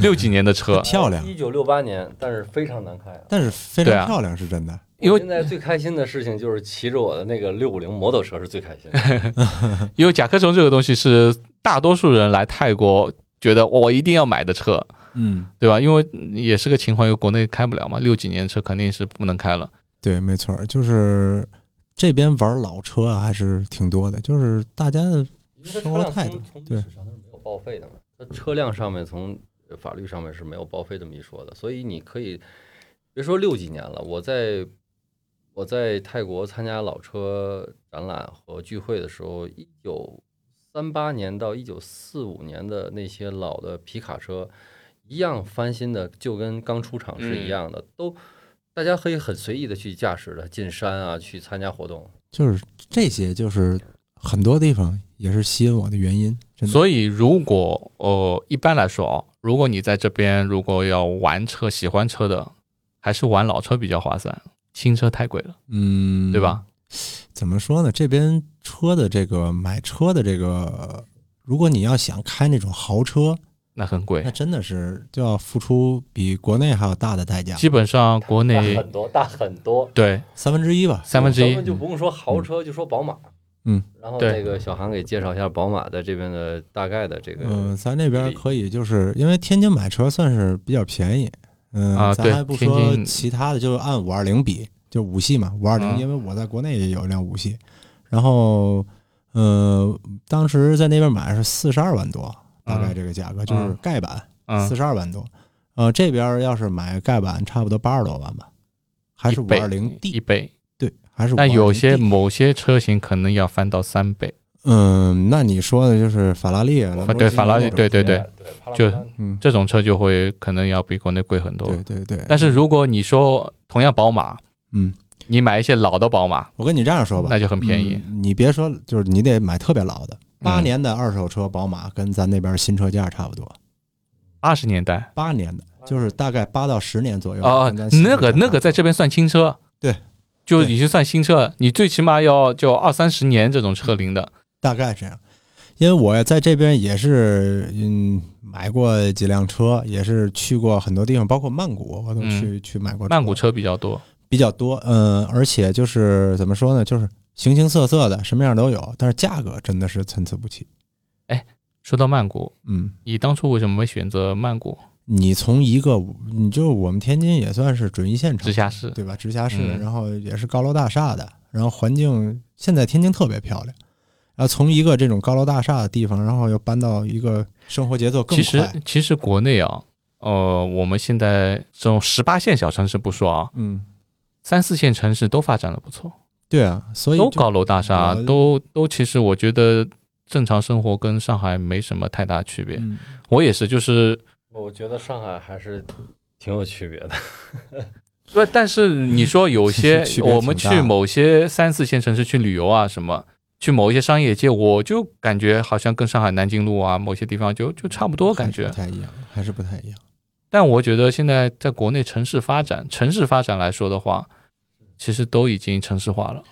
[SPEAKER 1] 六几年的 车，
[SPEAKER 2] 漂亮，
[SPEAKER 3] 一九六八年，但是非常难开啊。
[SPEAKER 2] 但是非
[SPEAKER 1] 对啊
[SPEAKER 2] 常漂亮是真的。
[SPEAKER 1] 因
[SPEAKER 3] 我
[SPEAKER 1] 为
[SPEAKER 3] 现在最开心的事情就是骑着我的那个六五零摩托车是最开心的。
[SPEAKER 1] 因为甲壳虫这个东西是大多数人来泰国觉得我一定要买的车，
[SPEAKER 2] 嗯，
[SPEAKER 1] 对吧？因为也是个情况，因为国内开不了嘛，六几年的车肯定是不能开了。
[SPEAKER 2] 对，没错儿，就是这边玩老车啊，还是挺多的，就是大家的
[SPEAKER 3] 因为它
[SPEAKER 2] 生活
[SPEAKER 3] 车辆
[SPEAKER 2] 态
[SPEAKER 3] 从
[SPEAKER 2] 度
[SPEAKER 3] 从历
[SPEAKER 2] 对嗯
[SPEAKER 3] 史上它是没有报废的嘛，它车辆上面从呃法律上面是没有报废这么一说的，所以你可以别说六几年了，我在我在泰国参加老车展览和聚会的时候，一九三八年到一九四五年的那些老的皮卡车，一样翻新的，就跟刚出厂是
[SPEAKER 1] 嗯
[SPEAKER 3] 一样的，都大家可以很随意的去驾驶的进山啊，去参加活动。
[SPEAKER 2] 就是这些，就是很多地方也是吸引我的原因。真的，
[SPEAKER 1] 所以，如果呃，一般来说哦，如果你在这边如果要玩车、喜欢车的，还是玩老车比较划算，新车太贵了，
[SPEAKER 2] 嗯，
[SPEAKER 1] 对吧？？
[SPEAKER 2] 怎么说呢？这边车的这个买车的这个，如果你要想开那种豪车，
[SPEAKER 1] 那很贵
[SPEAKER 2] 那。真的是就要付出比国内还要大的代价，
[SPEAKER 1] 基本上国
[SPEAKER 3] 大
[SPEAKER 1] 内
[SPEAKER 3] 很多，大很多。
[SPEAKER 1] 对
[SPEAKER 2] 三分之一吧。
[SPEAKER 1] 三分之
[SPEAKER 3] 哦咱
[SPEAKER 1] 一嗯
[SPEAKER 3] 们，就不用说豪车，就说宝马。
[SPEAKER 2] 嗯，
[SPEAKER 3] 然后
[SPEAKER 1] 对
[SPEAKER 3] 那个小韩给介绍一下宝马的这边的大概的这个，
[SPEAKER 2] 嗯，咱那边可以，就是因为天津买车算是比较便宜，嗯，
[SPEAKER 1] 啊
[SPEAKER 2] 咱
[SPEAKER 1] 对
[SPEAKER 2] 还不
[SPEAKER 1] 天
[SPEAKER 2] 说
[SPEAKER 1] 津
[SPEAKER 2] 其他的，就按五二零比，就五系嘛，五二零，
[SPEAKER 1] 嗯
[SPEAKER 2] 因为我在国内也有一辆五系，然后，呃，当时在那边买是四十二万多，大概
[SPEAKER 1] 嗯
[SPEAKER 2] 这个价格，就是
[SPEAKER 1] 嗯
[SPEAKER 2] 盖版四
[SPEAKER 1] 嗯，
[SPEAKER 2] 十二万多，呃，这边要是买盖版，差不多八十多万吧，还是
[SPEAKER 1] 一
[SPEAKER 2] 五
[SPEAKER 1] 倍
[SPEAKER 2] 二零
[SPEAKER 1] 一
[SPEAKER 2] D，
[SPEAKER 1] 倍，
[SPEAKER 2] 对，还是
[SPEAKER 1] 但有
[SPEAKER 2] 520D
[SPEAKER 1] 些某些车型可能要翻到三倍。
[SPEAKER 2] 嗯，那你说的就是法拉利啊，兰博
[SPEAKER 1] 对
[SPEAKER 2] 基尼
[SPEAKER 1] 法拉利，
[SPEAKER 2] 那种
[SPEAKER 1] 对对对，
[SPEAKER 3] 对，帕拉
[SPEAKER 1] 就
[SPEAKER 3] 梅拉
[SPEAKER 2] 嗯，
[SPEAKER 1] 这种车就会可能要比国内贵很多。
[SPEAKER 2] 对对对，
[SPEAKER 1] 但是如果你说同样宝马，
[SPEAKER 2] 嗯。
[SPEAKER 1] 你买一些老的宝马，
[SPEAKER 2] 我跟你这样说吧，
[SPEAKER 1] 那就很便宜。
[SPEAKER 2] 嗯你别说，就是你得买特别老的，八
[SPEAKER 1] 嗯
[SPEAKER 2] 年的二手车宝马跟咱那边新车价差不多，
[SPEAKER 1] 二十年代
[SPEAKER 2] 八年的就是大概八到十年左右。
[SPEAKER 1] 哦，
[SPEAKER 2] 跟咱新车
[SPEAKER 1] 那个
[SPEAKER 2] 价差
[SPEAKER 1] 那个在这边算新车，
[SPEAKER 2] 对，
[SPEAKER 1] 就
[SPEAKER 2] 对
[SPEAKER 1] 已经算新车，你最起码要就二三十年这种车龄的，
[SPEAKER 2] 大概这样。因为我在这边也是，嗯，买过几辆车，也是去过很多地方，包括曼谷，我都去、去买过。
[SPEAKER 1] 嗯曼谷车比较多。
[SPEAKER 2] 比较多，嗯，而且就是怎么说呢，就是形形色色的，什么样都有，但是价格真的是参差不齐。
[SPEAKER 1] 说到曼谷，
[SPEAKER 2] 嗯，
[SPEAKER 1] 你当初为什么会选择曼谷
[SPEAKER 2] 你从一个，你就我们天津也算是准一线城
[SPEAKER 1] 直
[SPEAKER 2] 市。
[SPEAKER 1] 辖市？
[SPEAKER 2] 对吧？直辖市，
[SPEAKER 1] 嗯
[SPEAKER 2] 然后也是高楼大厦的，然后环境现在天津特别漂亮。然后从一个这种高楼大厦的地方，然后又搬到一个生活节奏更
[SPEAKER 1] 其实
[SPEAKER 2] 快，
[SPEAKER 1] 其实国内啊，呃，我们现在这种十八线小城市不说啊，
[SPEAKER 2] 嗯，
[SPEAKER 1] 三四线城市都发展的不错，
[SPEAKER 2] 对啊，所以
[SPEAKER 1] 都
[SPEAKER 2] 就
[SPEAKER 1] 高楼大厦，
[SPEAKER 2] 我
[SPEAKER 1] 都都其实我觉得正常生活跟上海没什么太大区别。
[SPEAKER 2] 嗯
[SPEAKER 1] 我也是，就是
[SPEAKER 3] 我觉得上海还是挺有区别的。
[SPEAKER 1] 不，但是你说有些
[SPEAKER 2] 区别
[SPEAKER 1] 我们
[SPEAKER 2] 挺
[SPEAKER 1] 去
[SPEAKER 2] 大的
[SPEAKER 1] 某些三四线城市去旅游啊，什么去某一些商业街，我就感觉好像跟上海南京路啊某些地方就就差不多感
[SPEAKER 2] 还是
[SPEAKER 1] 觉
[SPEAKER 2] 不。太一样，还是不太一样。
[SPEAKER 1] 但我觉得现在在国内城市发展，城市发展来说的话，其实都已经城市化了。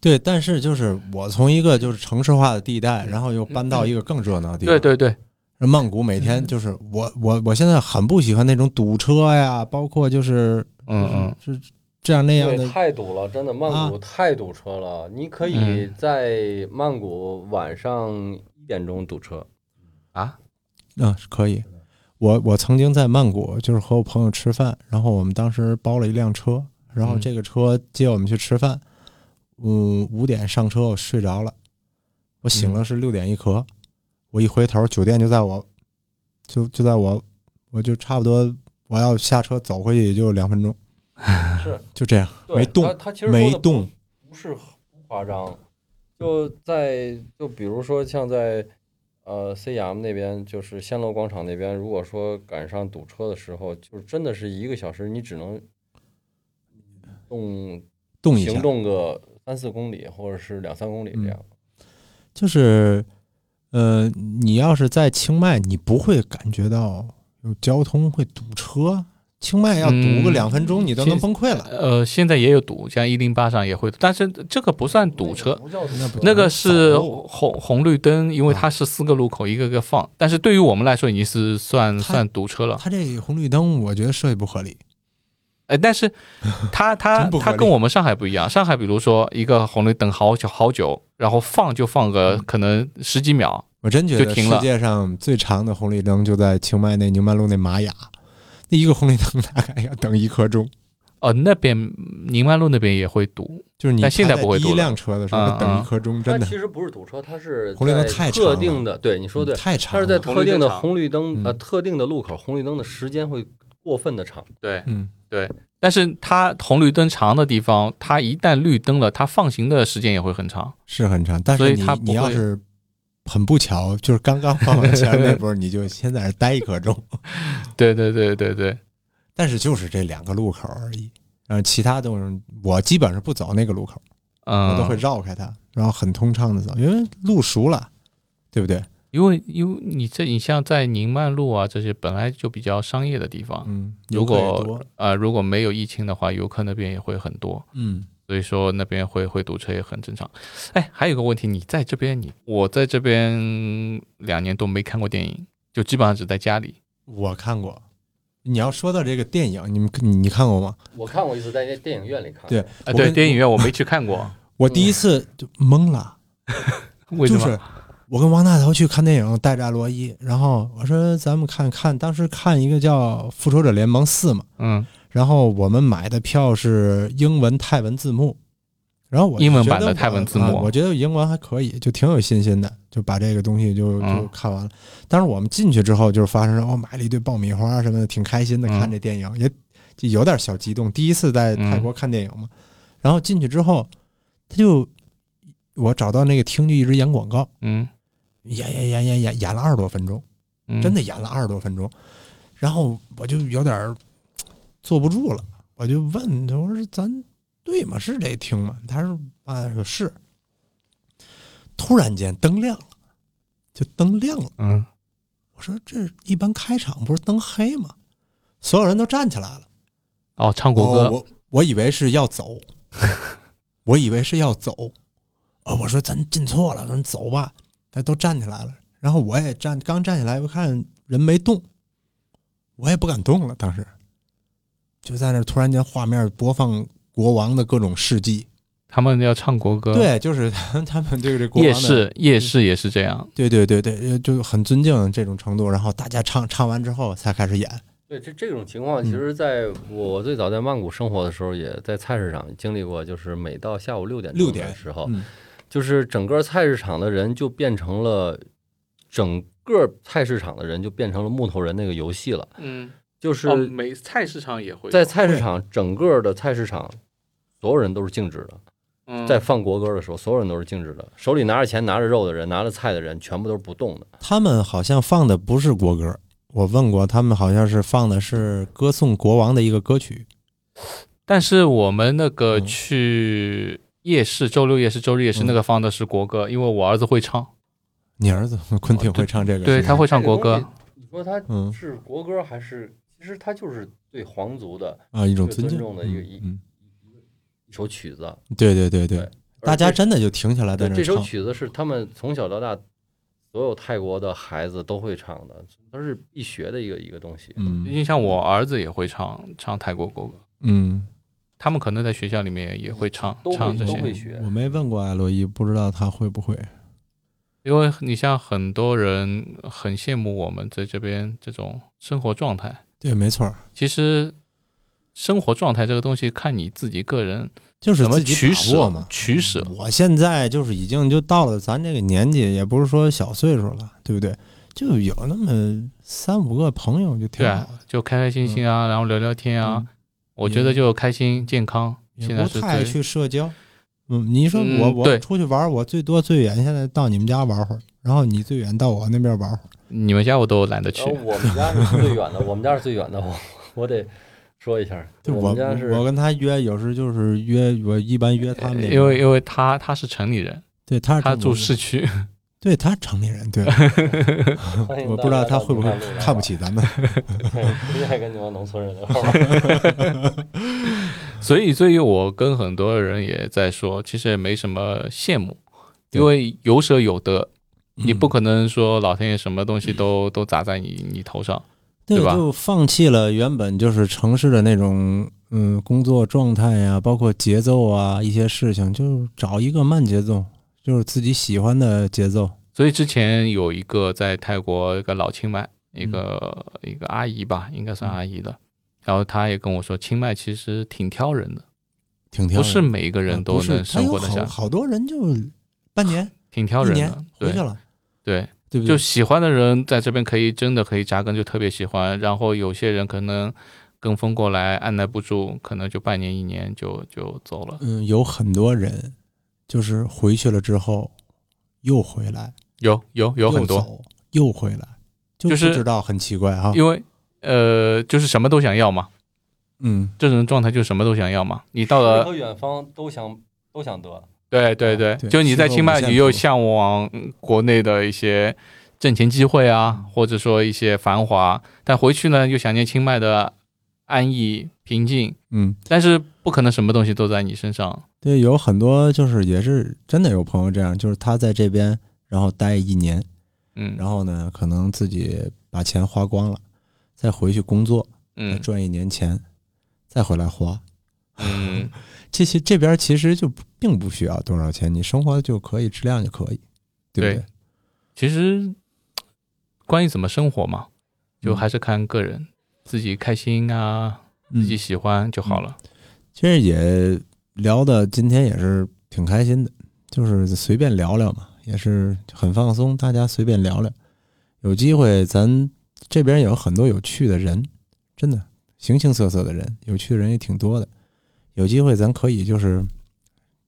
[SPEAKER 2] 对，但是就是我从一个就是城市化的地带，然后又搬到一个更热闹的地方。
[SPEAKER 1] 对对嗯对，
[SPEAKER 2] 曼谷每天就是我我我现在很不喜欢那种堵车呀，包括就是
[SPEAKER 1] 嗯嗯，
[SPEAKER 2] 是这样那样
[SPEAKER 3] 对，
[SPEAKER 2] 的，啊
[SPEAKER 3] 太堵了，真的，曼谷太堵车了。你可以
[SPEAKER 1] 嗯
[SPEAKER 3] 在曼谷晚上一点钟堵车，
[SPEAKER 1] 啊，
[SPEAKER 2] 嗯，是可以。我我曾经在曼谷，就是和我朋友吃饭，然后我们当时包了一辆车，然后
[SPEAKER 1] 嗯
[SPEAKER 2] 这个车接我们去吃饭，嗯，五点上车我睡着了，我醒
[SPEAKER 3] 嗯
[SPEAKER 2] 了是六点一刻，我一回头酒店就在我，就就在我，我就差不多我要下车走回去也就两分钟，
[SPEAKER 3] 是
[SPEAKER 2] 就这样
[SPEAKER 3] 对
[SPEAKER 2] 没
[SPEAKER 3] 他
[SPEAKER 2] 动
[SPEAKER 3] 他其实说
[SPEAKER 2] 没
[SPEAKER 3] 的
[SPEAKER 2] 动，
[SPEAKER 3] 不是很夸张，就在就比如说像在呃 CM 那边，就是暹罗广场那边，如果说赶上堵车的时候，就是真的是一个小时，你只能嗯动
[SPEAKER 2] 动一下嗯
[SPEAKER 3] 行，动个三四公里或者是两三公里这样。
[SPEAKER 2] 就是，呃，你要是在清迈，你不会感觉到有交通会堵车。清迈要堵
[SPEAKER 1] 嗯
[SPEAKER 2] 个两分钟，你都
[SPEAKER 1] 其
[SPEAKER 2] 能
[SPEAKER 1] 实
[SPEAKER 2] 崩溃了。
[SPEAKER 1] 呃，现在也有堵，像一零八上也会，但是这个不算堵车，
[SPEAKER 3] 不叫堵
[SPEAKER 2] 那不
[SPEAKER 1] 那个是
[SPEAKER 2] 走
[SPEAKER 1] 红红绿灯，因为它是四个路口一个个放，但是对于我们来说已经是算
[SPEAKER 2] 它
[SPEAKER 1] 算堵车了。
[SPEAKER 2] 它这个红绿灯，我觉得设计不合理。
[SPEAKER 1] 哎，但是它它
[SPEAKER 2] 真不合
[SPEAKER 1] 它
[SPEAKER 2] 理
[SPEAKER 1] 跟我们上海不一样，上海比如说一个红绿等好久好久，然后放就放个
[SPEAKER 2] 嗯
[SPEAKER 1] 可能十几秒，
[SPEAKER 2] 我真觉
[SPEAKER 1] 就
[SPEAKER 2] 得
[SPEAKER 1] 停
[SPEAKER 2] 世
[SPEAKER 1] 了
[SPEAKER 2] 界上最长的红绿灯就在清迈那宁曼路那玛雅，那一个红绿灯大概要等一刻钟。
[SPEAKER 1] 呃，那边宁曼路那边也会堵，
[SPEAKER 2] 就是你
[SPEAKER 1] 但现在
[SPEAKER 2] 开
[SPEAKER 1] 不会
[SPEAKER 2] 第
[SPEAKER 1] 堵
[SPEAKER 2] 一
[SPEAKER 1] 了
[SPEAKER 2] 辆车的时
[SPEAKER 1] 嗯嗯
[SPEAKER 2] 候，等一刻钟，
[SPEAKER 3] 它
[SPEAKER 2] 真的
[SPEAKER 3] 其实不是堵车，它是
[SPEAKER 2] 红绿灯
[SPEAKER 3] 在
[SPEAKER 2] 太长
[SPEAKER 3] 特
[SPEAKER 2] 了嗯
[SPEAKER 3] 定的，对你说对，
[SPEAKER 2] 太
[SPEAKER 3] 它
[SPEAKER 2] 长
[SPEAKER 3] 是在
[SPEAKER 2] 了。
[SPEAKER 1] 红
[SPEAKER 3] 特
[SPEAKER 1] 绿灯
[SPEAKER 3] 定的
[SPEAKER 1] 长
[SPEAKER 3] 红绿灯呃
[SPEAKER 2] 嗯
[SPEAKER 3] 特定的路口，红绿灯的时间会过分的长。
[SPEAKER 1] 对。
[SPEAKER 2] 嗯，
[SPEAKER 1] 但是它红绿灯长的地方，它一旦绿灯了，它放行的时间也会很长。
[SPEAKER 2] 是很长，但
[SPEAKER 1] 所以
[SPEAKER 2] 是你
[SPEAKER 1] 它不
[SPEAKER 2] 你要
[SPEAKER 1] 会
[SPEAKER 2] 是很不巧，就是刚刚放完前面那波，你就先在那儿待一刻钟。
[SPEAKER 1] 对对对对对，
[SPEAKER 2] 但是就是这两个路口而已，然后其他都是我基本上不走那个路口，
[SPEAKER 1] 嗯，
[SPEAKER 2] 我都会绕开它，然后很通畅的走，因为路熟了，对不对？
[SPEAKER 1] 因为因为你这你像在宁曼路啊这些本来就比较商业的地方，
[SPEAKER 2] 嗯，
[SPEAKER 1] 如果
[SPEAKER 2] 游客也多
[SPEAKER 1] 呃，如果没有疫情的话，游客那边也会很多，
[SPEAKER 2] 嗯，
[SPEAKER 1] 所以说那边会会堵车也很正常。哎，还有一个问题，你在这边你我在这边两年都没看过电影，就基本上只在家里。
[SPEAKER 2] 我看过。你要说到这个电影，你们你你看过吗？
[SPEAKER 3] 我看过一次，在那电影院里看。
[SPEAKER 2] 对，
[SPEAKER 1] 哎，
[SPEAKER 2] 我
[SPEAKER 1] 对，
[SPEAKER 2] 跟
[SPEAKER 1] 电影院我没去看 过，
[SPEAKER 2] 我第一次就懵了，
[SPEAKER 1] 为什
[SPEAKER 2] 就
[SPEAKER 1] 么？
[SPEAKER 2] 是我跟王大头去看电影，带着阿罗伊，然后我说咱们看看，当时看一个叫《复仇者联盟四》嘛，
[SPEAKER 1] 嗯，
[SPEAKER 2] 然后我们买的票是英文泰文字幕，然后我
[SPEAKER 1] 英文版
[SPEAKER 2] 觉得
[SPEAKER 1] 的泰文字幕
[SPEAKER 2] 我啊我觉得英文还可以，就挺有信心的，就把这个东西就
[SPEAKER 1] 嗯
[SPEAKER 2] 就看完了。但是我们进去之后，就是发生我、哦、买了一堆爆米花什么的，挺开心的，
[SPEAKER 1] 嗯
[SPEAKER 2] 看这电影、也就有点小激动，第一次在泰国看电影嘛。然后进去之后，他就我找到那个厅就一直演广告，
[SPEAKER 1] 嗯
[SPEAKER 2] 演演演演演演了二十多分钟。
[SPEAKER 1] 嗯，
[SPEAKER 2] 真的演了二十多分钟，然后我就有点儿坐不住了，我就问他，我说咱对吗？是这厅吗？他说啊，说是。突然间灯亮了，就灯亮了。
[SPEAKER 1] 嗯，
[SPEAKER 2] 我说这一般开场不是灯黑吗？所有人都站起来了。
[SPEAKER 1] 哦，唱国歌，
[SPEAKER 2] 哦我我以为是 要走，我以为是要走，哦，我说咱进错了，咱走吧，他都站起来了，然后我也站，刚站起来，我看人没动，我也不敢动了，当时就在那儿突然间画面播放国王的各种事迹，
[SPEAKER 1] 他们要唱国歌，，
[SPEAKER 2] 对，就是 他们他们这个这国
[SPEAKER 1] 嗯夜
[SPEAKER 2] 王的，
[SPEAKER 1] 市夜市也是这样，
[SPEAKER 2] 对对对对，呃就很尊敬这种程度，然后大家唱唱完之后才开始演，
[SPEAKER 3] 对，这这种情况，其
[SPEAKER 2] 嗯
[SPEAKER 3] 实在我最早在曼谷生活的时候，也在菜市场经历过，就是每到下午六点
[SPEAKER 2] 6
[SPEAKER 3] 钟
[SPEAKER 2] 点
[SPEAKER 3] 的时
[SPEAKER 1] 哦
[SPEAKER 3] 候，
[SPEAKER 2] 嗯
[SPEAKER 3] 就是整个菜市场的人就变成了整个菜市场的人就变成了木头人那个游戏了，
[SPEAKER 1] 嗯，
[SPEAKER 3] 就是
[SPEAKER 1] 每菜市场也会
[SPEAKER 3] 在菜市场整个的菜市场，所有人都是静止的，
[SPEAKER 1] 嗯
[SPEAKER 3] 在放国歌的时候，所有人都是静止的，手里拿着钱、拿着肉的人、拿着菜的人，全部都是不动的。
[SPEAKER 2] 他们好像放的不是国歌，我问过，他们好像是放的是歌颂国王的一个歌曲。
[SPEAKER 1] 但是我们那个
[SPEAKER 2] 嗯
[SPEAKER 1] 去夜市，周六夜市、周日夜市
[SPEAKER 2] 嗯
[SPEAKER 1] 那个放的是国歌，因为我儿子会唱，
[SPEAKER 2] 你儿子昆汀会唱这个？
[SPEAKER 1] 对
[SPEAKER 2] 是吧
[SPEAKER 1] 他会唱国
[SPEAKER 3] 哎这个
[SPEAKER 1] 歌
[SPEAKER 3] 东，西。你说他
[SPEAKER 2] 嗯
[SPEAKER 3] 是国歌还是？其实他就是对皇族的
[SPEAKER 2] 啊，一种
[SPEAKER 3] 对
[SPEAKER 2] 尊敬
[SPEAKER 3] 尊重的一个一
[SPEAKER 2] 嗯，
[SPEAKER 3] 一首曲子。
[SPEAKER 2] 嗯对对对对
[SPEAKER 3] 对，
[SPEAKER 2] 大家
[SPEAKER 3] 而这
[SPEAKER 2] 真的就停下来在
[SPEAKER 3] 对
[SPEAKER 2] 那
[SPEAKER 3] 这
[SPEAKER 2] 儿
[SPEAKER 3] 首
[SPEAKER 2] 唱。
[SPEAKER 3] 曲子是他们从小到大所有泰国的孩子都会唱的，它是必学的一个一个东西。
[SPEAKER 1] 因
[SPEAKER 2] 嗯
[SPEAKER 1] 为像我儿子也会唱唱泰国国歌，
[SPEAKER 2] 嗯，
[SPEAKER 1] 他们可能在学校里面也会唱
[SPEAKER 3] 都会
[SPEAKER 1] 唱这
[SPEAKER 3] 都
[SPEAKER 1] 些，
[SPEAKER 3] 会学
[SPEAKER 2] 我没问过艾洛伊，不知道他会不会。
[SPEAKER 1] 因为你像很多人很羡慕我们在这边这种生活状态，
[SPEAKER 2] 对，没错儿，
[SPEAKER 1] 其实生活状态这个东西看你自己个人
[SPEAKER 2] 就是
[SPEAKER 1] 怎么
[SPEAKER 2] 自己
[SPEAKER 1] 取
[SPEAKER 2] 把握
[SPEAKER 1] 舍
[SPEAKER 2] 嘛，。嗯
[SPEAKER 1] 取舍，
[SPEAKER 2] 我现在就是已经就到了咱这个年纪，也不是说小岁数了，对不对？就有那么三五个朋友就挺
[SPEAKER 1] 对
[SPEAKER 2] 好
[SPEAKER 1] 啊
[SPEAKER 2] 的，，
[SPEAKER 1] 就开开心心啊，然后聊聊天啊，
[SPEAKER 2] 嗯
[SPEAKER 1] 我觉得就开心健康，现
[SPEAKER 2] 也
[SPEAKER 1] 在
[SPEAKER 2] 不
[SPEAKER 1] 是
[SPEAKER 2] 太
[SPEAKER 1] 最
[SPEAKER 2] 去社交。嗯，你说
[SPEAKER 1] 嗯
[SPEAKER 2] 我我
[SPEAKER 1] 对
[SPEAKER 2] 出去玩，我最多最远现在到你们家玩会儿，然后你最远到我那边玩会儿。
[SPEAKER 1] 你们家我都懒得去
[SPEAKER 3] 然后，我们家是最远的，我们家是最远的，我我得说一下，
[SPEAKER 2] 对
[SPEAKER 3] 我
[SPEAKER 2] 我
[SPEAKER 3] 们家是
[SPEAKER 2] 我跟他约，有时就是约我一般约
[SPEAKER 3] 呃
[SPEAKER 2] 他们那边，
[SPEAKER 1] 因为因为他他是城里人，
[SPEAKER 2] 对呃他是
[SPEAKER 1] 他
[SPEAKER 2] 中
[SPEAKER 1] 住
[SPEAKER 2] 国人
[SPEAKER 1] 市，区，
[SPEAKER 2] 对他是城里人， 对，
[SPEAKER 3] 欢迎
[SPEAKER 2] 我
[SPEAKER 3] 大
[SPEAKER 2] 不知道
[SPEAKER 3] 家
[SPEAKER 2] 他
[SPEAKER 3] 到
[SPEAKER 2] 会不会
[SPEAKER 3] 宁夏路来
[SPEAKER 2] 看不 起 咱们。
[SPEAKER 3] 玩儿，不愿意跟你们农村人 玩儿。
[SPEAKER 1] 所以所以我跟很多人也在说，其实也没什么羡慕，
[SPEAKER 2] 对
[SPEAKER 1] 因为有舍有得。你不
[SPEAKER 2] 嗯
[SPEAKER 1] 可能说老天爷什么东西都都砸在你你头上，
[SPEAKER 2] 对
[SPEAKER 1] 对吧
[SPEAKER 2] 就放弃了原本就是城市的那种嗯工作状态呀、包括节奏啊一些事情，就找一个慢节奏，就是自己喜欢的节奏。
[SPEAKER 1] 所以之前有一个在泰国一个老清迈，一个、
[SPEAKER 2] 嗯
[SPEAKER 1] 一个阿姨吧，应该算阿姨了。然后她也跟我说，清迈其实挺挑人的，
[SPEAKER 2] 挺挑
[SPEAKER 1] 不
[SPEAKER 2] 人
[SPEAKER 1] 是每一个
[SPEAKER 2] 啊
[SPEAKER 1] 人
[SPEAKER 2] 不
[SPEAKER 1] 都
[SPEAKER 2] 是
[SPEAKER 1] 能
[SPEAKER 2] 他
[SPEAKER 1] 生
[SPEAKER 2] 有
[SPEAKER 1] 活得
[SPEAKER 2] 好
[SPEAKER 1] 下，
[SPEAKER 2] 好多人就半年、
[SPEAKER 1] 挺挑
[SPEAKER 2] 一
[SPEAKER 1] 人
[SPEAKER 2] 年
[SPEAKER 1] 的。
[SPEAKER 2] 回去
[SPEAKER 1] 对
[SPEAKER 2] 了，
[SPEAKER 1] 对，
[SPEAKER 2] 对不
[SPEAKER 1] 就
[SPEAKER 2] 对？
[SPEAKER 1] 喜欢的人在这边可以真的可以扎根，就特别喜欢。然后有些人可能跟风过来，按耐不住，可能就半年一年就就走了。
[SPEAKER 2] 嗯，有很多人就是回去了之后又回来，
[SPEAKER 1] 有有有很
[SPEAKER 2] 又
[SPEAKER 1] 多，
[SPEAKER 2] 走又回来，就
[SPEAKER 1] 就是
[SPEAKER 2] 不知道很奇怪哈。
[SPEAKER 1] 因为呃，就是什么都想要嘛，
[SPEAKER 2] 嗯，
[SPEAKER 1] 这种状态就什么都想要嘛。你到了
[SPEAKER 3] 诗和远方都想都想得，
[SPEAKER 1] 对对对，
[SPEAKER 2] 对
[SPEAKER 1] 就你在清迈，
[SPEAKER 2] 适合无
[SPEAKER 1] 你
[SPEAKER 2] 线
[SPEAKER 1] 又
[SPEAKER 2] 谱
[SPEAKER 1] 向往嗯国内的一些挣钱机会啊，或者说一些繁华，但回去呢又想念清迈的安逸平静，
[SPEAKER 2] 嗯，
[SPEAKER 1] 但是不可能什么东西都在你身上。
[SPEAKER 2] 对，有很多就是也是真的有朋友这样，就是他在这边然后待一年，
[SPEAKER 1] 嗯，
[SPEAKER 2] 然后呢，可能自己把钱花光了，再回去工作，再
[SPEAKER 1] 嗯
[SPEAKER 2] 赚一年钱，再回来花。
[SPEAKER 1] 嗯
[SPEAKER 2] 这些这边其实就并不需要多少钱，你生活就可以，质量就可以，对不对？
[SPEAKER 1] 其实关于怎么生活嘛，就还是看个人，自己开心啊，自己喜欢就好了。
[SPEAKER 2] 嗯其实也聊的今天也是挺开心的，就是随便聊聊嘛，也是很放松，大家随便聊聊。有机会，咱这边有很多有趣的人，真的形形色色的人，有趣的人也挺多的。有机会，咱可以就是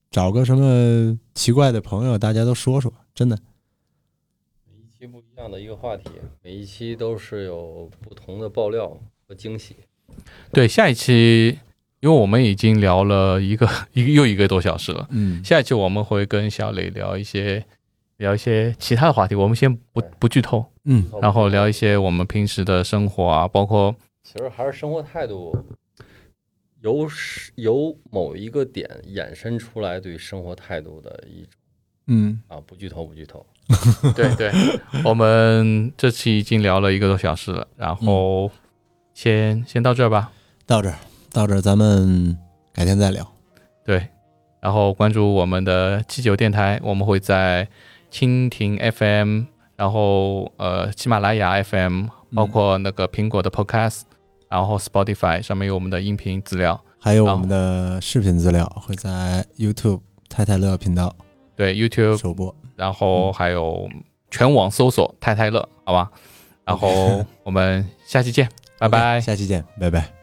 [SPEAKER 2] 找个什么奇怪的朋友，大家都说说，真的。
[SPEAKER 3] 每一期不一样的一个话题，每一期都是有不同的爆料和惊喜。
[SPEAKER 1] 对，下一期，因为我们已经聊了一个 一个又一个多小时了，
[SPEAKER 2] 嗯，
[SPEAKER 1] 下一期我们会跟小磊聊一些聊一些其他的话题，我们先不不剧透，
[SPEAKER 2] 嗯，
[SPEAKER 1] 然后聊一些我们平时的生活啊，包括
[SPEAKER 3] 其实还是生活态度，由是由某一个点衍生出来对生活态度的一种
[SPEAKER 2] 嗯，
[SPEAKER 3] 啊，不剧透不剧透，
[SPEAKER 1] 对对， 我们这期已经聊了一个多小时了，然后先、先到这儿吧。
[SPEAKER 2] 到这儿，到这儿，咱们改天
[SPEAKER 1] 嗯
[SPEAKER 2] 再聊。
[SPEAKER 1] 对，然后关注我们的七九电台，我们会在蜻蜓 FM，然后呃喜马拉雅 FM，包
[SPEAKER 2] 嗯
[SPEAKER 1] 括那个苹果的 Podcast，、然后 Spotify 上面有我们的音频资料。
[SPEAKER 2] 嗯还有我们的视频资料会在 YouTube 太太乐频道
[SPEAKER 1] 对 YouTube，
[SPEAKER 2] 首播。
[SPEAKER 1] 然后还有全网搜索“太太乐”，好吧？然后我们下期见，拜
[SPEAKER 2] OK，
[SPEAKER 1] 拜。
[SPEAKER 2] 下期见，拜拜。